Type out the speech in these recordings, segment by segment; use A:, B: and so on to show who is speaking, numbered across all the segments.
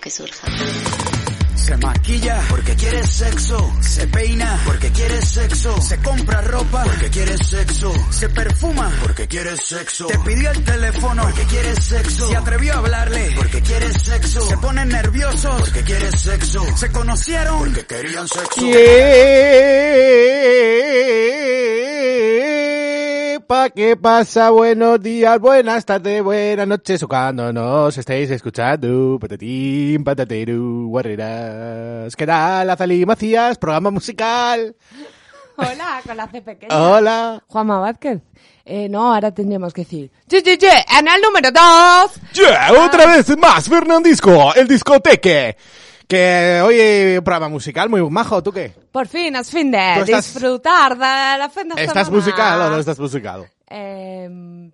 A: que surja.
B: Se maquilla porque quiere sexo. Se peina porque quiere sexo. Se compra ropa porque quiere sexo. Se perfuma
C: Porque quieres sexo.
B: te pidió el teléfono
C: Porque quieres sexo.
B: se atrevió a hablarle
C: Porque quieres sexo.
B: se ponen nerviosos
C: Porque quieres sexo.
B: se conocieron
C: Porque querían sexo.
D: Yepa, ¿Qué pasa? Buenos días, buenas tardes, buenas noches, o cuando nos estéis escuchando. Patatín, patateru, guerreras. ¿Qué tal, Azalí Macías? Programa musical.
E: Hola, con la C pequeña.
D: Oh. Hola.
E: Juanma Vázquez. Eh, no, ahora tendríamos que decir. ¡Ye, ye, ye! en el número 2!
D: Yeah, otra vez más, Fernandisco, el discoteque. Que hoy programa musical muy majo, ¿tú qué?
E: Por fin, es fin de
D: Tú estás-
E: disfrutar de la fin de
D: ¿Estás
E: semana.
D: musical o no estás musical?
E: Eh,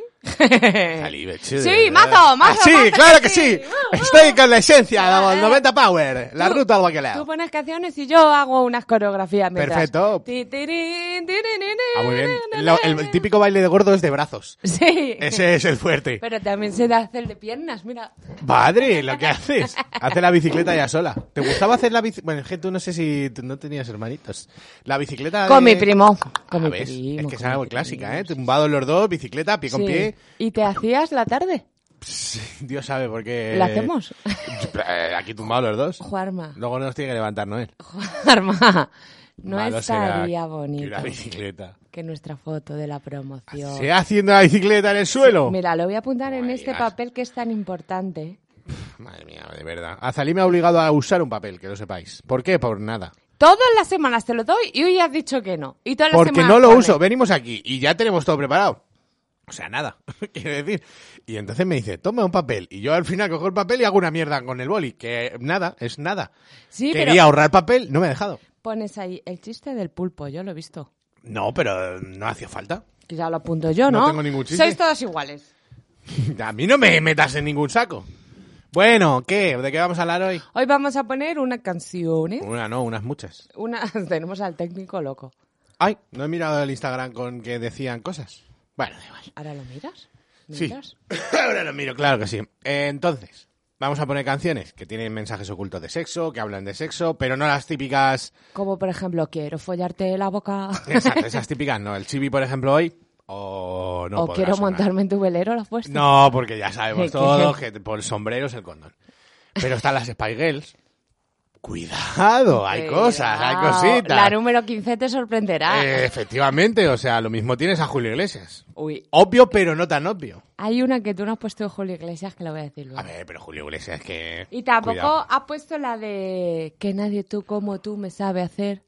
D: Sí,
E: Eh, Sí, mazo, mazo,
D: Ah, Sí,
E: mazo,
D: claro
E: que
D: que sí.
E: sí. Uh, uh.
D: Estoy con la esencia, la
E: Eh,
D: 90 Power, la
E: Tú-
D: ruta al bacalao.
E: Tú pones canciones y yo hago unas coreografías mientras.
D: Perfecto.
E: Ti, tirín, tirirín,
D: Ah, muy bien. Lo- el, el típico baile de gordo es de brazos.
E: eh, Sí.
D: Ese es el fuerte.
E: Pero también se hace el de piernas, mira.
D: Padre, lo que haces. Hace la bicicleta ya sola. ¿Te gustaba hacer la bicicleta? Bueno, es que tú no sé si tú no tenías hermanitos. La bicicleta. de-
E: Con mi primo. Con
D: Ah,
E: mi
D: ¿ves?
E: primo.
D: Es que es
E: con mi
D: algo
E: primo.
D: clásica, ¿eh? Tumbados los dos, bicicleta, pie con
E: Sí.
D: pie.
E: ¿Y te hacías la tarde?
D: Dios sabe por qué.
E: ¿La hacemos?
D: Eh, Aquí tumbados los dos.
E: Juarma.
D: Luego nos tiene que levantar Noel.
E: Juanma, no
D: Malo será
E: estaría
D: que
E: bonito
D: Una bicicleta.
E: que nuestra foto de la promoción.
D: ¿Se haciendo la bicicleta en el suelo?
E: Mira, lo voy a apuntar
D: No
E: en
D: me
E: este
D: digas.
E: papel que es tan importante.
D: Madre mía, de verdad. Azalí me ha obligado a usar un papel, que lo sepáis. ¿Por qué? Por nada.
E: Todas las semanas te lo doy y hoy has dicho que no. Y todas las
D: Porque
E: semanas
D: no lo
E: vuelve.
D: uso. Venimos aquí y ya tenemos todo preparado. O sea, nada. Quiero decir. Y entonces me dice, toma un papel. Y yo al final cojo el papel y hago una mierda con el boli. Que nada, es nada.
E: Sí,
D: Quería
E: pero
D: ahorrar papel, no me ha dejado.
E: pones ahí el chiste del pulpo, yo lo he visto.
D: No, pero no hacía falta.
E: Que Ya lo apunto yo,
D: No
E: ¿no?
D: tengo ningún chiste.
E: Sois todos iguales.
D: A mí no me metas en ningún saco. Bueno, ¿qué? ¿De qué vamos a hablar hoy?
E: Hoy vamos a poner una canción. ¿eh?
D: Una, no, unas muchas.
E: Una... Tenemos al técnico loco.
D: Ay, no he mirado el Instagram con que decían cosas. Bueno, da igual.
E: ¿Ahora lo miras?
D: Sí.
E: ¿Miras?
D: Ahora lo miro, claro que sí. Eh, Entonces, vamos a poner canciones que tienen mensajes ocultos de sexo, que hablan de sexo, pero no las típicas.
E: Como por ejemplo, quiero follarte la boca.
D: Exacto, esas típicas no. El chibi, por ejemplo, hoy. O no
E: o
D: podrá
E: quiero
D: sonar.
E: montarme en tu velero, ¿lo has puesto?
D: No, porque ya sabemos
E: ¿Qué?
D: todos que por sombreros el condón. Pero están las Spy Girls. Cuidado, hay cosas, hay
E: Cuidado.
D: cositas.
E: Eh, La número 15 te sorprenderá.
D: Eh, efectivamente, o sea, lo mismo tienes a Julio Iglesias.
E: Uy,
D: Obvio, pero no tan obvio.
E: hay una que tú no has puesto de Julio Iglesias que la voy a decir luego.
D: A ver, pero Julio Iglesias que...
E: Y tampoco
D: Cuidado.
E: has puesto la de que nadie tú como tú me sabe hacer.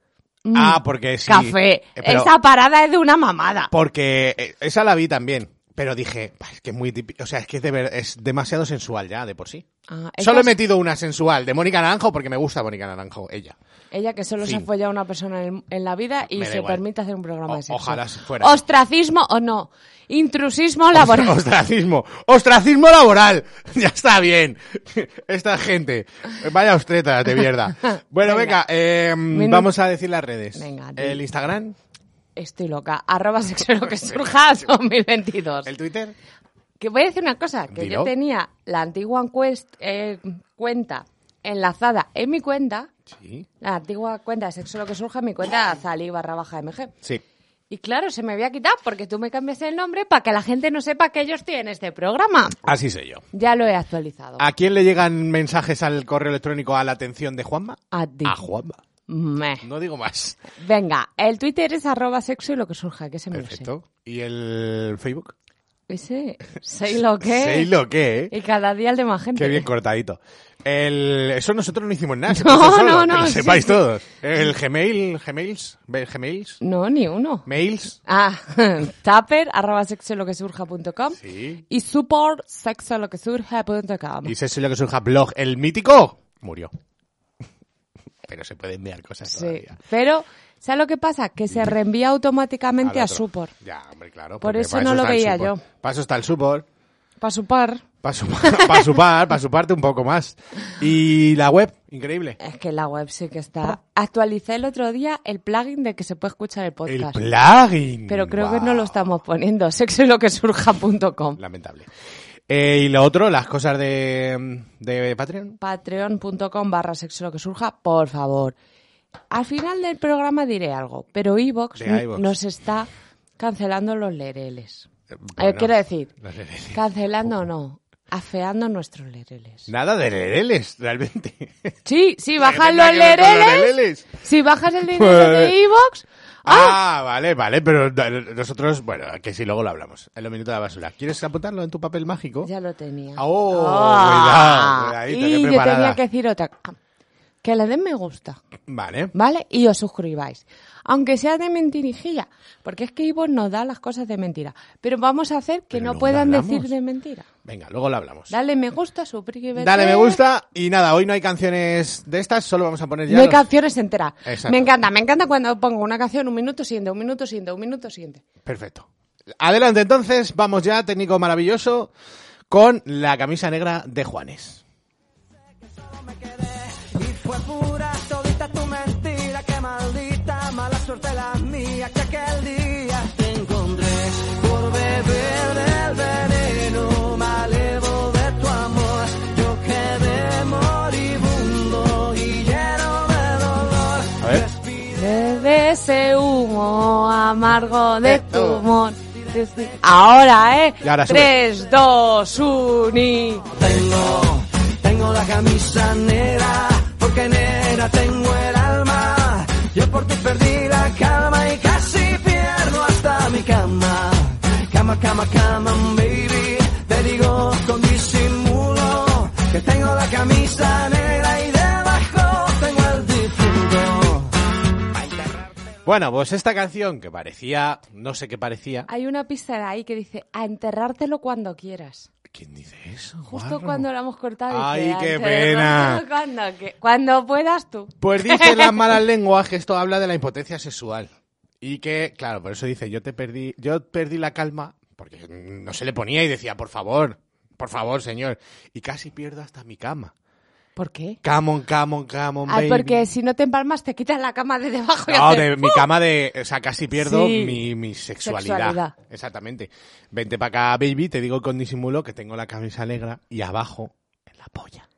E: Mm,
D: Ah, porque sí.
E: Café.
D: Eh, pero-
E: Esa parada es de una mamada.
D: Porque eh, esa la vi también, pero dije, "Bah, es que es muy típico, o sea, es que es, de ver- es demasiado sensual ya, de por sí.
E: Ah,
D: Pues Solo he
E: esa es-
D: metido una sensual, de Mónica Naranjo, porque me gusta Mónica Naranjo, ella.
E: Ella que solo se
D: Fin.
E: ha follado a una persona en, en la vida y
D: Me da
E: se
D: igual.
E: permite hacer un programa
D: O-
E: de sexo.
D: ojalá se fuera.
E: Ostracismo o no. Intrusismo laboral.
D: Ostracismo, ostracismo laboral, ya está bien. Esta gente, vaya ostreta de mierda. Bueno, venga,
E: Venga.
D: eh,
E: Minu-
D: vamos a decir las redes.
E: Venga, di.
D: el Instagram,
E: Estoy loca. Arroba sexo lo que surja 2022.
D: el Twitter.
E: Que voy a decir una cosa, que
D: Dilo.
E: yo tenía la antigua encuest- eh, cuenta enlazada en mi cuenta,
D: Sí.
E: la antigua cuenta de sexo lo que surja en mi cuenta Zali barra baja MG.
D: Sí.
E: Y claro, se me había quitado porque tú me cambiaste el nombre para que la gente no sepa que ellos tienen este programa.
D: Así soy yo.
E: Ya lo he actualizado.
D: ¿A quién le llegan mensajes al correo electrónico a la atención de Juanma?
E: A ti.
D: A Juanma.
E: Meh.
D: No digo más.
E: Venga, el Twitter es arroba sexo y lo que surja, que se me lo sé.
D: Perfecto. ¿Y el Facebook?
E: Ese, sé lo que.
D: Sí, lo que, ¿eh?
E: Y cada día el de más gente.
D: Qué bien cortadito. El... Eso nosotros no hicimos nada. se
E: No,
D: puso solo,
E: no,
D: que
E: no,
D: lo
E: sí,
D: sepáis
E: sí.
D: todos. El Gmail, Gmails, ve- Gmails,
E: No, ni uno.
D: Mails.
E: Ah, tupper, arroba sexo lo que surja.com
D: Sí.
E: y support sexo lo que surja.com.
D: Y sé si lo que surja blog. El mítico murió. Pero se pueden enviar cosas
E: Sí,
D: todavía.
E: pero ¿sabes lo que pasa? Que se reenvía automáticamente
D: Al
E: a
D: otro.
E: support.
D: Ya, hombre, claro.
E: Por
D: porque
E: eso
D: pa'
E: no lo
D: está el
E: veía
D: support.
E: yo.
D: Para eso está el support.
E: Para supar.
D: Para supar, para supar, pa' suparte un poco más. Y la web, increíble.
E: Es que la web sí que está. Actualicé el otro día el plugin de que se puede escuchar el
D: El
E: podcast.
D: plugin.
E: pero creo que
D: Guau.
E: no lo estamos poniendo. Sexo y lo que surja.com.
D: Lamentable. Eh, y lo otro, las cosas de, de Patreon.
E: Patreon.com barra sexo lo que surja, por favor. Al final del programa diré algo, pero Evox
D: De iVoox.
E: nos está cancelando los lereles.
D: Eh,
E: Eh,
D: bueno,
E: quiero decir,
D: las lereles.
E: cancelando no, afeando nuestros lereles.
D: Nada de lereles, realmente.
E: Sí, sí,
D: Nada
E: bajan los
D: que ver con los
E: lereles.
D: lereles. Pues-
E: Si bajas el dinero de Evox. ¡Ah!
D: Ah, vale, vale, pero eh, nosotros, bueno, que sí, luego lo hablamos. En los minutos de la basura. ¿Quieres apuntarlo en tu papel mágico?
E: ¡ah! Ya lo tenía.
D: Oh,
E: Ah,
D: cuidado, cuidadito, qué
E: y yo
D: preparada.
E: tenía que decir otra. Ah, Que le den me gusta,
D: Vale.
E: ¿vale? Y os suscribáis. Aunque sea de mentirijilla. Porque es que Ivo nos da las cosas de mentira. Pero vamos a hacer que
D: Pero
E: no
D: luego
E: puedan
D: hablamos.
E: decir de mentira.
D: Venga, luego lo hablamos.
E: Dale me gusta, suscríbete.
D: Dale me gusta y nada, hoy no hay canciones de estas, solo vamos a poner ya
E: No hay
D: los-
E: canciones enteras.
D: Exacto.
E: Me encanta, me encanta cuando pongo una canción, un minuto siguiente, un minuto siguiente, un minuto siguiente.
D: Perfecto. Adelante entonces, vamos ya, técnico maravilloso, con la camisa negra de Juanes.
C: me quedé y fue pura todita tu mentira, que maldita mala suerte la mía, que aquel día te encontré por beber del veneno malevo de tu amor. Yo quedé moribundo y lleno de dolor.
D: A ver.
E: Bebe ese humo amargo de tu humor. Ahora, ¿eh?
D: Y ahora sube.
E: 3, 2, 1 y...
C: Tengo, tengo la camisa negra, porque negra tengo el alma. Yo por ti perdí la calma y casi pierdo hasta mi cama. Cama, cama, cama, baby. Te digo con disimulo que tengo la camisa negra y debajo tengo el difunto.
D: Bueno, pues esta canción que parecía, no sé qué parecía.
E: Hay una pista de ahí que dice, a enterrártelo cuando quieras.
D: ¿Quién dice eso?
E: Justo
D: guarro?
E: cuando lo hemos cortado.
D: Ay,
E: dice, "A
D: qué
E: enterrártelo
D: pena.
E: Cuando, que- cuando puedas tú.
D: Pues dicen las malas lenguas que esto habla de la impotencia sexual. Y que, claro, por eso dice, yo te perdí, yo perdí la calma, porque no se le ponía y decía, por favor, por favor, señor. Y casi pierdo hasta mi cama.
E: ¿Por qué?
D: Come on, come on, come on,
E: Ah,
D: baby.
E: porque si no te empalmas te quitas la cama de debajo. y
D: No,
E: haces,
D: de mi cama de... O sea, casi pierdo
E: Sí.
D: mi, mi sexualidad.
E: Sexualidad.
D: Exactamente. Vente para acá, baby, te digo con disimulo que tengo la camisa negra y abajo en la polla.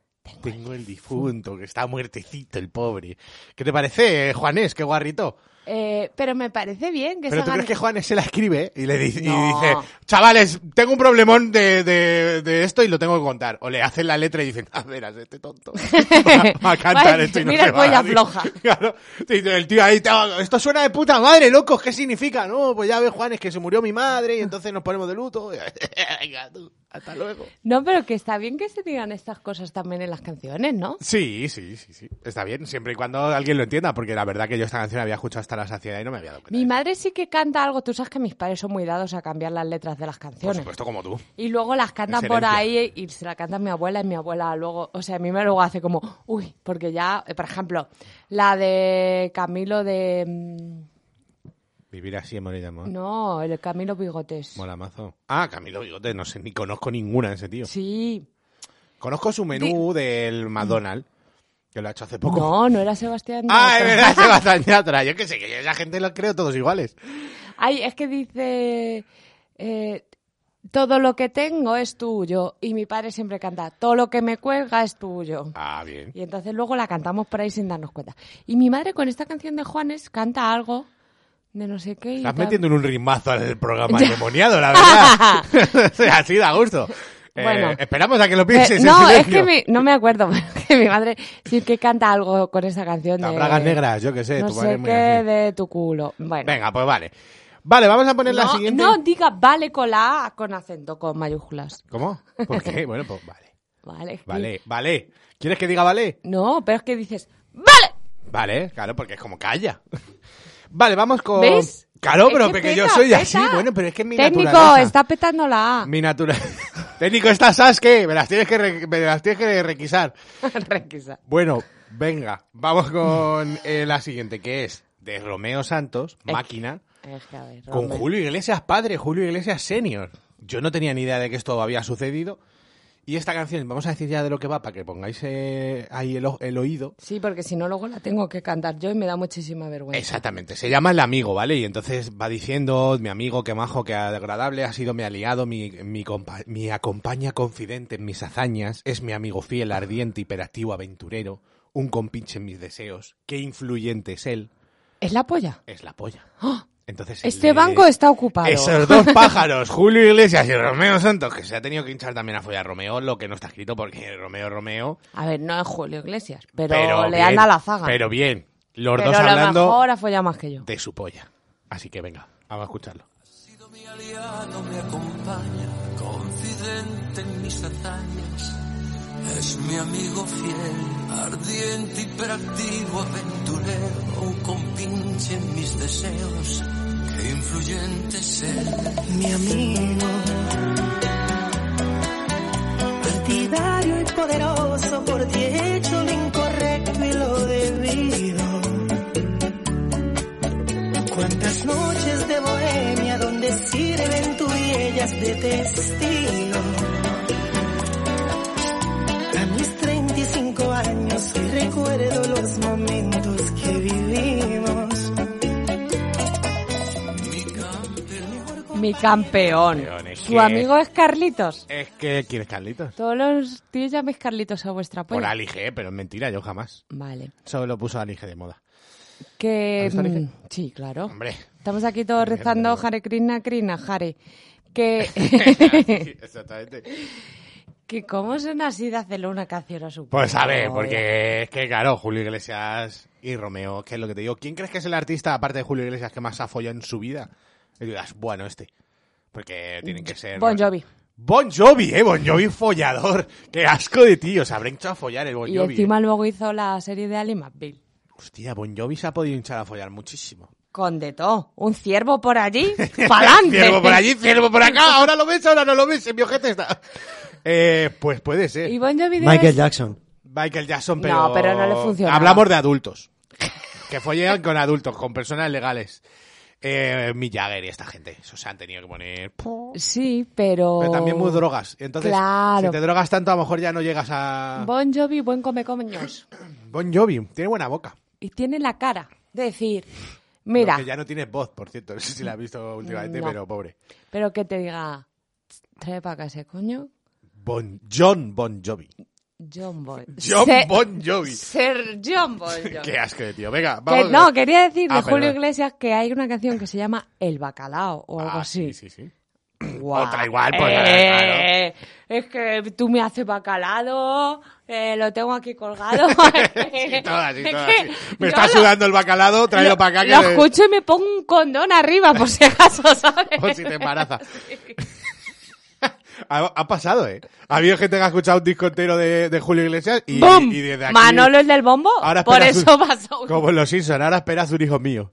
D: Tengo, el difunto, que está muertecito el pobre. ¿Qué te parece, eh, Juanes? Qué guarrito.
E: Eh, pero me parece bien que
D: Pero
E: se
D: tú
E: hagan-
D: crees que Juanes se la escribe y le dice, y
E: No.
D: dice chavales, tengo un problemón de, de- de esto y lo tengo que contar. O le hacen la letra y dicen, a ver, haz este tonto. Va, va a cantar
E: Vale,
D: esto y no
E: mira
D: se
E: el
D: va
E: polla
D: nadie".
E: floja.
D: Claro. Dice el tío ahí, "Te- esto suena de puta madre, locos, ¿qué significa? No, pues ya ves, Juanes, que se murió mi madre y entonces nos ponemos de luto. Venga, tú, hasta luego.
E: No, pero que está bien que se digan estas cosas también en las canciones, ¿no?
D: Sí, sí, sí, sí. Está bien, siempre y cuando alguien lo entienda, porque la verdad que yo esta canción la había escuchado hasta la saciedad y no me había dado cuenta.
E: Mi madre sí que canta algo. Tú sabes que mis padres son muy dados a cambiar las letras de las
D: Por
E: canciones.
D: supuesto, como tú.
E: Y luego las cantan
D: Es
E: por
D: herencia.
E: ahí y se la canta mi abuela y mi abuela luego, o sea, a mí me luego hace como, uy, porque ya, eh, por ejemplo, la de Camilo de... mm,
D: Vivir así en morir de amor.
E: No, el Camilo Bigotes.
D: Mola mazo. Ah, Camilo Bigote, no sé, ni conozco ninguna de ese tío.
E: Sí.
D: Conozco su menú del McDonald's, que lo ha hecho hace poco.
E: No, no era Sebastián.
D: Ah, es
E: Yatra.
D: verdad, Sebastián Yatra. Yo que sé, que yo a esa gente los creo todos iguales.
E: Ay, es que dice... eh, todo lo que tengo es tuyo. Y mi padre siempre canta, todo lo que me cuelga es tuyo.
D: Ah, bien.
E: Y entonces luego la cantamos por ahí sin darnos cuenta. Y mi madre con esta canción de Juanes canta algo de no sé qué. y
D: Estás
E: tal. Eh,
D: metiendo en un ritmazo al programa endemoniado, la verdad. O sea, Así da gusto. Eh,
E: Bueno.
D: esperamos a que lo
E: Eh,
D: pienses. en
E: no, es
D: silencio.
E: que mi- no me acuerdo, pero que mi madre sí que canta algo con esa canción
D: Las
E: de...
D: bragas negras, yo que sé.
E: no
D: tu madre
E: sé
D: es muy
E: qué
D: así.
E: de tu culo. Bueno.
D: Venga, pues vale. Vale, vamos a poner
E: no,
D: la siguiente.
E: no diga vale con la A, con acento, con mayúsculas.
D: ¿Cómo? ¿Por qué? Bueno, pues vale.
E: Vale. es que-
D: Vale, vale. ¿Quieres que diga vale?
E: No, pero es que dices, ¡vale!
D: Vale, claro, porque es como calla. Vale, vamos con.
E: ¿Ves?
D: Oh, Claro,
E: Es
D: pero
E: que
D: porque
E: peta,
D: yo soy
E: peta.
D: así. Bueno, pero es que es mi
E: Técnico,
D: naturaleza.
E: está petando la A.
D: Mi natura... Técnico, estás asque. Me las tienes que, re- me las tienes que requisar.
E: Requisa.
D: Bueno, venga, vamos con eh, la siguiente, que es de Romeo Santos, máquina,
E: Es que, a ver,
D: con
E: Romeo.
D: Julio Iglesias padre, Julio Iglesias senior. Yo no tenía ni idea de que esto había sucedido. Y esta canción, vamos a decir ya de lo que va para que pongáis eh, ahí el, o- el oído.
E: Sí, porque si no, luego la tengo que cantar yo y me da muchísima vergüenza.
D: Exactamente, se llama El Amigo, ¿vale? Y entonces va diciendo, mi amigo, qué majo, qué agradable, ha sido mi aliado, mi, mi, compa- mi acompaña confidente en mis hazañas, es mi amigo fiel, ardiente, hiperactivo, aventurero, un compinche en mis deseos, qué influyente es él,
E: Es la polla.
D: es la polla. Entonces,
E: Este
D: le-
E: banco está ocupado.
D: Esos dos pájaros, Julio Iglesias y Romeo Santos, que se ha tenido que hinchar también a follar Romeo, lo que no está escrito porque Romeo, Romeo...
E: A ver, no es Julio Iglesias, pero,
D: Pero
E: le
D: bien,
E: anda la zaga.
D: Pero bien, los
E: Pero
D: dos
E: a lo
D: hablando
E: mejor ha follado más que yo.
D: de su polla. Así que venga, vamos a escucharlo.
A: sido mi aliado, me acompaña, confidente en mis hazañas. Es mi amigo fiel, ardiente, hiperactivo, aventurero, un compinche en mis deseos. Qué influyente es él.
F: mi amigo. Partidario y poderoso, por ti he hecho lo incorrecto y lo debido. Cuántas noches de bohemia donde sirven tú y ellas de testigo. A mis 35 años y recuerdo los momentos que vivimos.
E: Mi campeón.
D: Campeón, es
E: Su
D: que-
E: amigo es Carlitos.
D: Es que quieres Carlitos.
E: Todos los tíos llamáis Carlitos a vuestra
D: Por
E: polla.
D: Alige, ¿eh? pero es mentira, yo jamás.
E: Vale.
D: Solo puso Alige de moda. ¿Has
E: Que.
D: visto, Alicia?
E: mm, Sí, claro.
D: Hombre.
E: Estamos aquí todos
D: Mierda,
E: rezando
D: mierda.
E: Hare Krishna, Krishna, Hare. Que.
D: Sí, Exactamente.
E: que ¿Cómo son así de hacerle una canción a su
D: Pues a
E: polla?
D: ver, porque es que claro, Julio Iglesias y Romeo, ¿qué es lo que te digo? ¿Quién crees que es el artista, aparte de Julio Iglesias, que más ha follado en su vida? Y digas, bueno, este. Porque tienen que ser...
E: Bon Jovi.
D: Bon Jovi, eh, Bon Jovi follador. Qué asco de tío, se habrá hinchado a follar el Bon
E: Y
D: Jovi.
E: encima luego hizo la serie de Ali McBeal.
D: eh. Hostia, Bon Jovi se ha podido hinchar a follar muchísimo.
E: Con de todo. Un ciervo por allí, pa'lante.
D: ciervo por allí, ciervo por acá, ahora lo ves, ahora no lo ves, en mi ojete está. Eh, pues puede ser.
E: Y Bon Jovi debe
C: Michael
E: ser-
C: Jackson.
D: Michael Jackson, pero...
E: No, pero no le funcionaba.
D: Hablamos de adultos. Que follan con adultos, con personas legales. Eh, Mick Jagger y esta gente. Eso se han tenido que poner...
E: Sí, pero...
D: Pero también muy drogas. Entonces,
E: Oh, Claro.
D: si te drogas tanto, a lo mejor ya no llegas a...
E: Bon Jovi, buen come comeños.
D: Bon Jovi, tiene buena boca.
E: Y tiene la cara de decir,
D: No,
E: mira,
D: Que ya no tienes voz, por cierto. No sé si la has visto últimamente,
E: No.
D: pero pobre.
E: pero que te diga, trae para acá ese coño,
D: Bon, John Bon Jovi.
E: John Boy.
D: John
E: Se-
D: Bon Jovi.
E: Ser John Bon Jovi.
D: Qué asco de tío. Venga,
E: Que
D: vamos.
E: no, quería decir de
D: Ah,
E: Julio
D: perdón.
E: Iglesias que hay una canción que se llama El Bacalao o algo
D: Ah,
E: así.
D: sí, sí, sí.
E: Guau.
D: Otra igual, pues,
E: Eh, Es que tú me haces bacalado, eh, lo tengo aquí colgado.
D: Sí, todas, sí,
E: Es
D: todas,
E: que
D: sí. Me
E: yo
D: está
E: lo-
D: sudando el bacalado, tráelo
E: lo-
D: para acá. Que
E: Lo
D: le-
E: escucho y me pongo un condón arriba, por si acaso, ¿sabes?
D: por si te embaraza. Ha, ha pasado, ¿eh? Ha habido gente que ha escuchado un disco entero de, de Julio Iglesias y,
E: ¡Bum!
D: y desde aquí...
E: Manolo el del bombo,
D: Ahora
E: por
D: esperas
E: eso
D: un-
E: pasó.
D: Como en los Simpson, ahora esperas un hijo mío.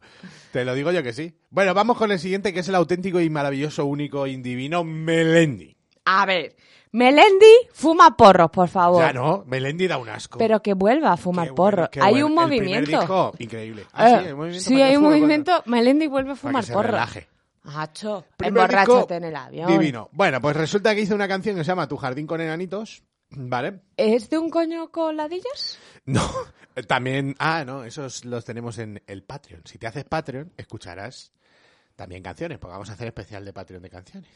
D: Te lo digo yo que sí. Bueno, vamos con el siguiente, que es el auténtico y maravilloso, único, indivino Melendi.
E: A ver, Melendi fuma porros, por favor.
D: Ya no, Melendi da un asco.
E: Pero que vuelva a fumar
D: Qué bueno,
E: porro.
D: qué
E: hay
D: bueno.
E: un
D: El primer
E: movimiento.
D: disco, increíble. Ah,
E: Eh,
D: sí, el movimiento
E: sí,
D: para
E: hay
D: que
E: un
D: fume, para-
E: movimiento. Melendi vuelve a
D: para
E: fumar
D: que se
E: porro.
D: relaje.
E: Hacho,
D: Primer disco,
E: emborráchate en el avión.
D: Divino. Bueno, pues resulta que hizo una canción que se llama Tu jardín con enanitos, ¿vale?
E: ¿Es de un coño con ladillas?
D: No, también... Ah, no, esos los tenemos en el Patreon. Si te haces Patreon, escucharás también canciones, porque vamos a hacer especial de Patreon de canciones.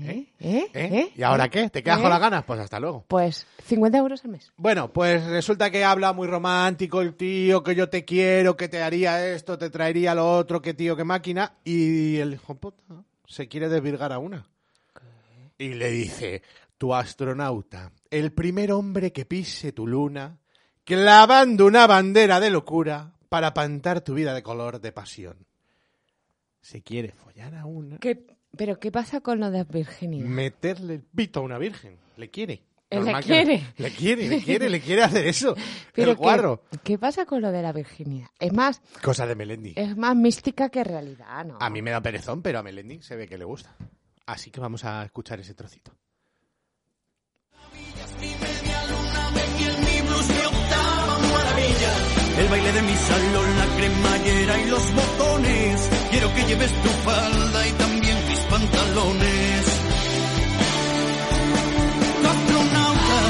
D: ¿Eh?
E: ¿Eh?
D: ¿Eh?
E: ¿Eh?
D: ¿Y ahora qué? ¿Te quedas
E: ¿Eh?
D: con las ganas? Pues hasta luego.
E: Pues 50 euros al mes.
D: Bueno, pues resulta que habla muy romántico el tío, que yo te quiero, que te haría esto, te traería lo otro, que tío, que máquina. Y el hijo puta se quiere desvirgar a una. Y le dice, tu astronauta, el primer hombre que pise tu luna, clavando una bandera de locura para pantar tu vida de color de pasión. Se quiere follar a una,
E: ¿Qué- ¿Pero qué pasa con lo de virginidad?
D: meterle el pito a una virgen. Le quiere.
E: Él Eh, le
D: Normal que no.
E: quiere.
D: Le quiere, le quiere, le quiere hacer eso.
E: Pero
D: el
E: qué-
D: guarro.
E: ¿qué, pasa con lo de la virginidad? Es más,
D: Cosa de Melendi.
E: es más mística que realidad, ¿no?
D: A mí me da perezón, pero a Melendi se ve que le gusta. Así que vamos a escuchar ese trocito.
A: El baile de mi salón, la cremallera y los botones. Quiero que lleves tu falda y también mis pantalones. Tu astronauta,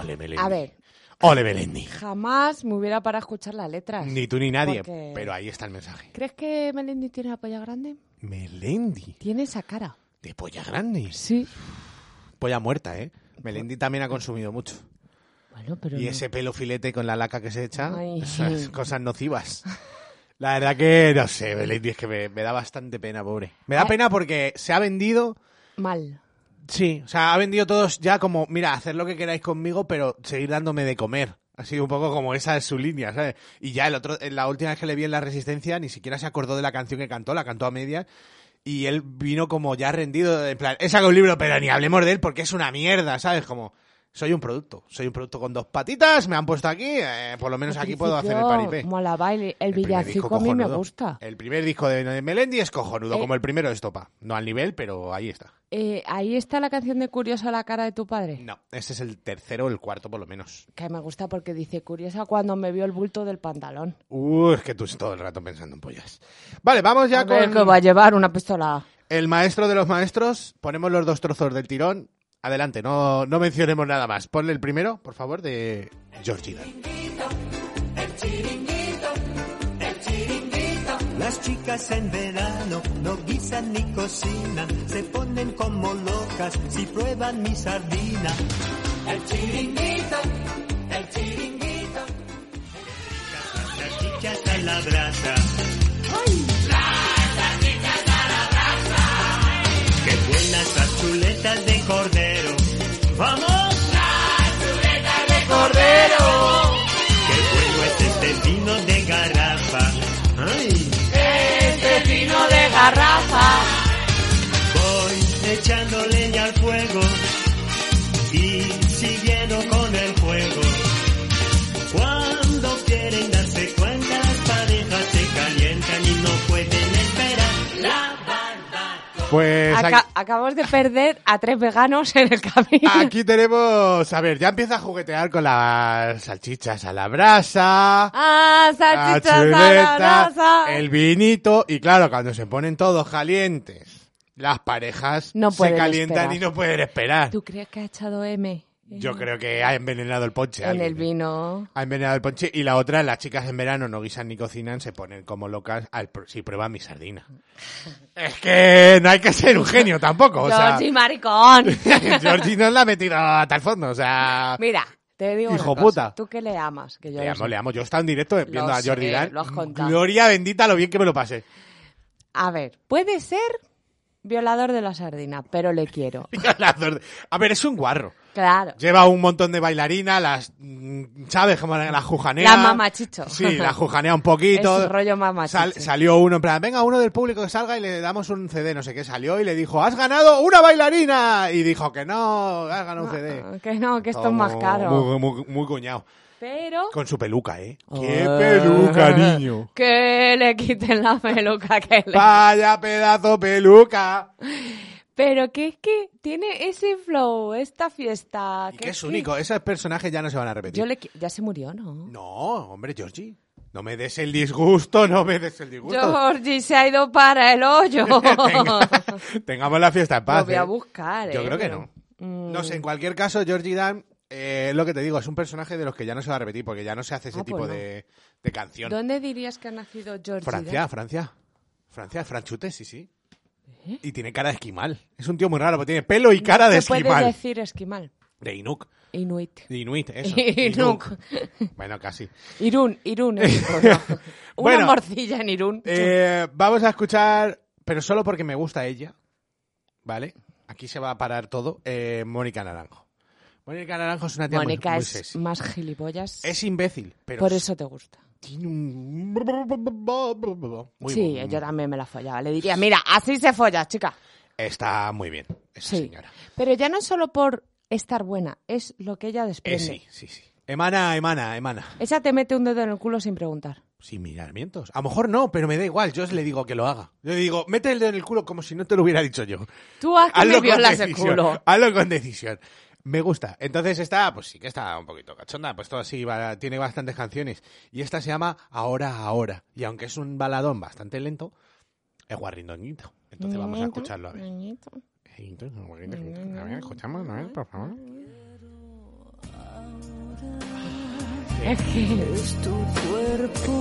D: Ole, Melendi.
E: A ver.
D: Ole, Melendi.
E: Jamás me hubiera para escuchar las letras.
D: Ni tú ni nadie,
E: Porque-
D: pero ahí está el mensaje.
E: ¿Crees que Melendi tiene la polla grande?
D: Melendi,
E: Tiene esa cara.
D: de polla grande.
E: Sí.
D: Polla muerta, ¿eh? Melendi también ha consumido mucho.
E: Bueno, pero.
D: Y
E: no.
D: ese pelo filete con la laca que se echa,
E: Ay.
D: esas cosas nocivas. La verdad que no sé, Melendi, es que me, me da bastante pena, pobre. Me da
E: Ay.
D: pena porque se ha vendido,
E: Mal.
D: sí, o sea, ha vendido todos ya como, mira, hacer lo que queráis conmigo, pero seguir dándome de comer. Así un poco como esa es su línea, ¿sabes? Y ya el otro, en la última vez que le vi en La Resistencia, ni siquiera se acordó de la canción que cantó, la cantó a medias. Y él vino como ya rendido, en plan, he sacado un libro, pero ni hablemos de él porque es una mierda, ¿sabes? Como, soy un producto, soy un producto con dos patitas, me han puesto aquí, eh, por lo menos
E: Al
D: aquí puedo hacer el
E: principio
D: paripé.
E: Mola baile.
D: primer
E: El,
D: disco
E: villancico a mí me
D: cojonudo.
E: gusta.
D: El primer disco de Melendi es cojonudo,
E: Eh.
D: como el primero de Estopa. No al nivel, pero ahí está.
E: Eh, ahí está la canción de Curiosa la cara de tu padre.
D: No, ese es el tercero o el cuarto, por lo menos.
E: Que me gusta porque dice Curiosa cuando me vio el bulto del pantalón.
D: Uh, es que tú estás todo el rato pensando en pollas. Vale, vamos ya
E: A ver, que
D: con
E: va a llevar una pistola.
D: el maestro de los maestros. Ponemos los dos trozos del tirón. Adelante, no, no mencionemos nada más. Ponle el primero, por favor, de George Dan.
G: Las chicas en verano no guisan ni cocinan, se ponen como locas si prueban mi sardina. El chiringuito, el chiringuito. Las chicas a la brasa. Las chicas a la brasa. Qué buenas las chuletas de cordero. ¡Vamos! ¡Qué bueno es este vino de garrafa! ¡Ay! Voy echando leña al fuego y siguiendo con el fuego. Cuando quieren darse cuenta, las parejas se calientan y no pueden esperar. La
D: Pues
E: Aca- acabamos de perder a tres veganos en el camino.
D: Aquí tenemos, a ver, ya empieza a juguetear con las salchichas a la brasa,
E: Ah,
D: la
E: salchichas a la
D: chuleta,
E: brasa.
D: el vinito y claro, cuando se ponen todos calientes, las parejas
E: No
D: se
E: pueden
D: calientan
E: esperar.
D: y no pueden esperar.
E: ¿Tú crees que ha echado M?
D: Yo creo que ha envenenado el ponche.
E: En
D: alguien,
E: el
D: ¿eh?
E: vino.
D: Ha envenenado el ponche y la otra, las chicas en verano no guisan ni cocinan, se ponen como locas al pr- si prueban mi sardina. es que no hay que ser un genio tampoco, o sea,
E: Georgie, maricón.
D: Georgie no la ha metido hasta el fondo, o sea,
E: Mira, te digo. una
D: Hijo
E: cosa.
D: puta.
E: Tú que le amas. Que yo
D: Le
E: lo
D: amo,
E: sé.
D: le amo. Yo he estado en directo viendo a
E: sé,
D: Jordi Dan.
E: lo has contado.
D: Gloria bendita lo bien que me lo pasé.
E: A ver, puede ser violador de la sardina, pero le quiero.
D: A ver, es un guarro.
E: Claro.
D: Lleva un montón de bailarinas, las... mm, ¿Sabes cómo la la jujanea?
E: La mamachicho.
D: Sí, la jujanea un poquito.
E: Es rollo mamachicho.
D: salió uno en plan, venga, uno del público que salga y le damos un CD, no sé qué. Salió y le dijo, has ganado una bailarina. Y dijo que no, has ganado un CD.
E: Ah, Que no, que esto
D: Todo
E: es más
D: muy-
E: caro.
D: Muy, muy, muy cuñado.
E: Pero.
D: Con su peluca, ¿eh? ¡Qué
E: Ah,
D: peluca, niño!
E: Que le quiten la peluca que le.
D: ¡Vaya pedazo peluca!
E: Pero que es que tiene ese flow, esta fiesta.
D: Y
E: que
D: que es
E: que-
D: único, esos personajes ya no se van a repetir.
E: Yo le qui- ya se murió, ¿no?
D: No, hombre, Georgie, no me des el disgusto, no me des el disgusto.
E: Georgie se ha ido para el hoyo.
D: Venga, tengamos la fiesta en paz.
E: Lo voy a
D: ¿eh?
E: buscar.
D: Yo
E: eh,
D: creo que
E: pero-
D: no. No sé, en cualquier caso, Georgie Dan, eh, es lo que te digo, es un personaje de los que ya no se va a repetir porque ya no se hace ese
E: Ah,
D: tipo
E: pues no.
D: de, de canción.
E: ¿Dónde dirías que ha nacido Georgie?
D: Francia, Francia. Francia, Franchute, sí, sí.
E: ¿Eh?
D: Y tiene cara de esquimal. Es un tío muy raro, porque tiene pelo y cara de
E: Se puede
D: esquimal.
E: decir esquimal.
D: De Inuk.
E: Inuit.
D: De Inuit, eso.
E: Inuk.
D: Bueno, casi.
E: Irún, Irún. es otro, ¿no? Una
D: Bueno.
E: morcilla en Irún.
D: Eh, vamos a escuchar, pero solo porque me gusta ella, ¿vale? Aquí se va a parar todo. eh, Mónica Naranjo. Mónica Naranjo es una tía muy-
E: Mónica
D: muy,
E: es
D: sexy.
E: más gilipollas.
D: Es imbécil, pero
E: Por eso te gusta.
D: tiene un... Muy
E: sí,
D: bu-
E: yo también me la follaba. Le diría, mira, así se folla, chica.
D: Está muy bien, esa
E: Sí.
D: señora.
E: Pero ya no solo por estar buena, es lo que ella
D: Eh,
E: desprende.
D: sí, sí, sí. Emana, emana, emana.
E: Ella te mete un dedo en el culo sin preguntar.
D: Sin miramientos. A lo mejor no, pero me da igual. Yo le digo que lo haga. Yo le digo, mete el dedo en el culo como si no te lo hubiera dicho yo.
E: Tú haz que me violas el
D: decisión,
E: culo.
D: Hazlo con decisión. Me gusta. Entonces está, pues sí que está un poquito cachonda, pues todo así, va- tiene bastantes canciones. Y esta se llama Ahora, Ahora. Y aunque es un baladón bastante lento, es guarrindoñito. Entonces vamos a escucharlo a ver. Escuchamos, a ver, por favor.
A: Ahora,
E: Es que
H: Es tu cuerpo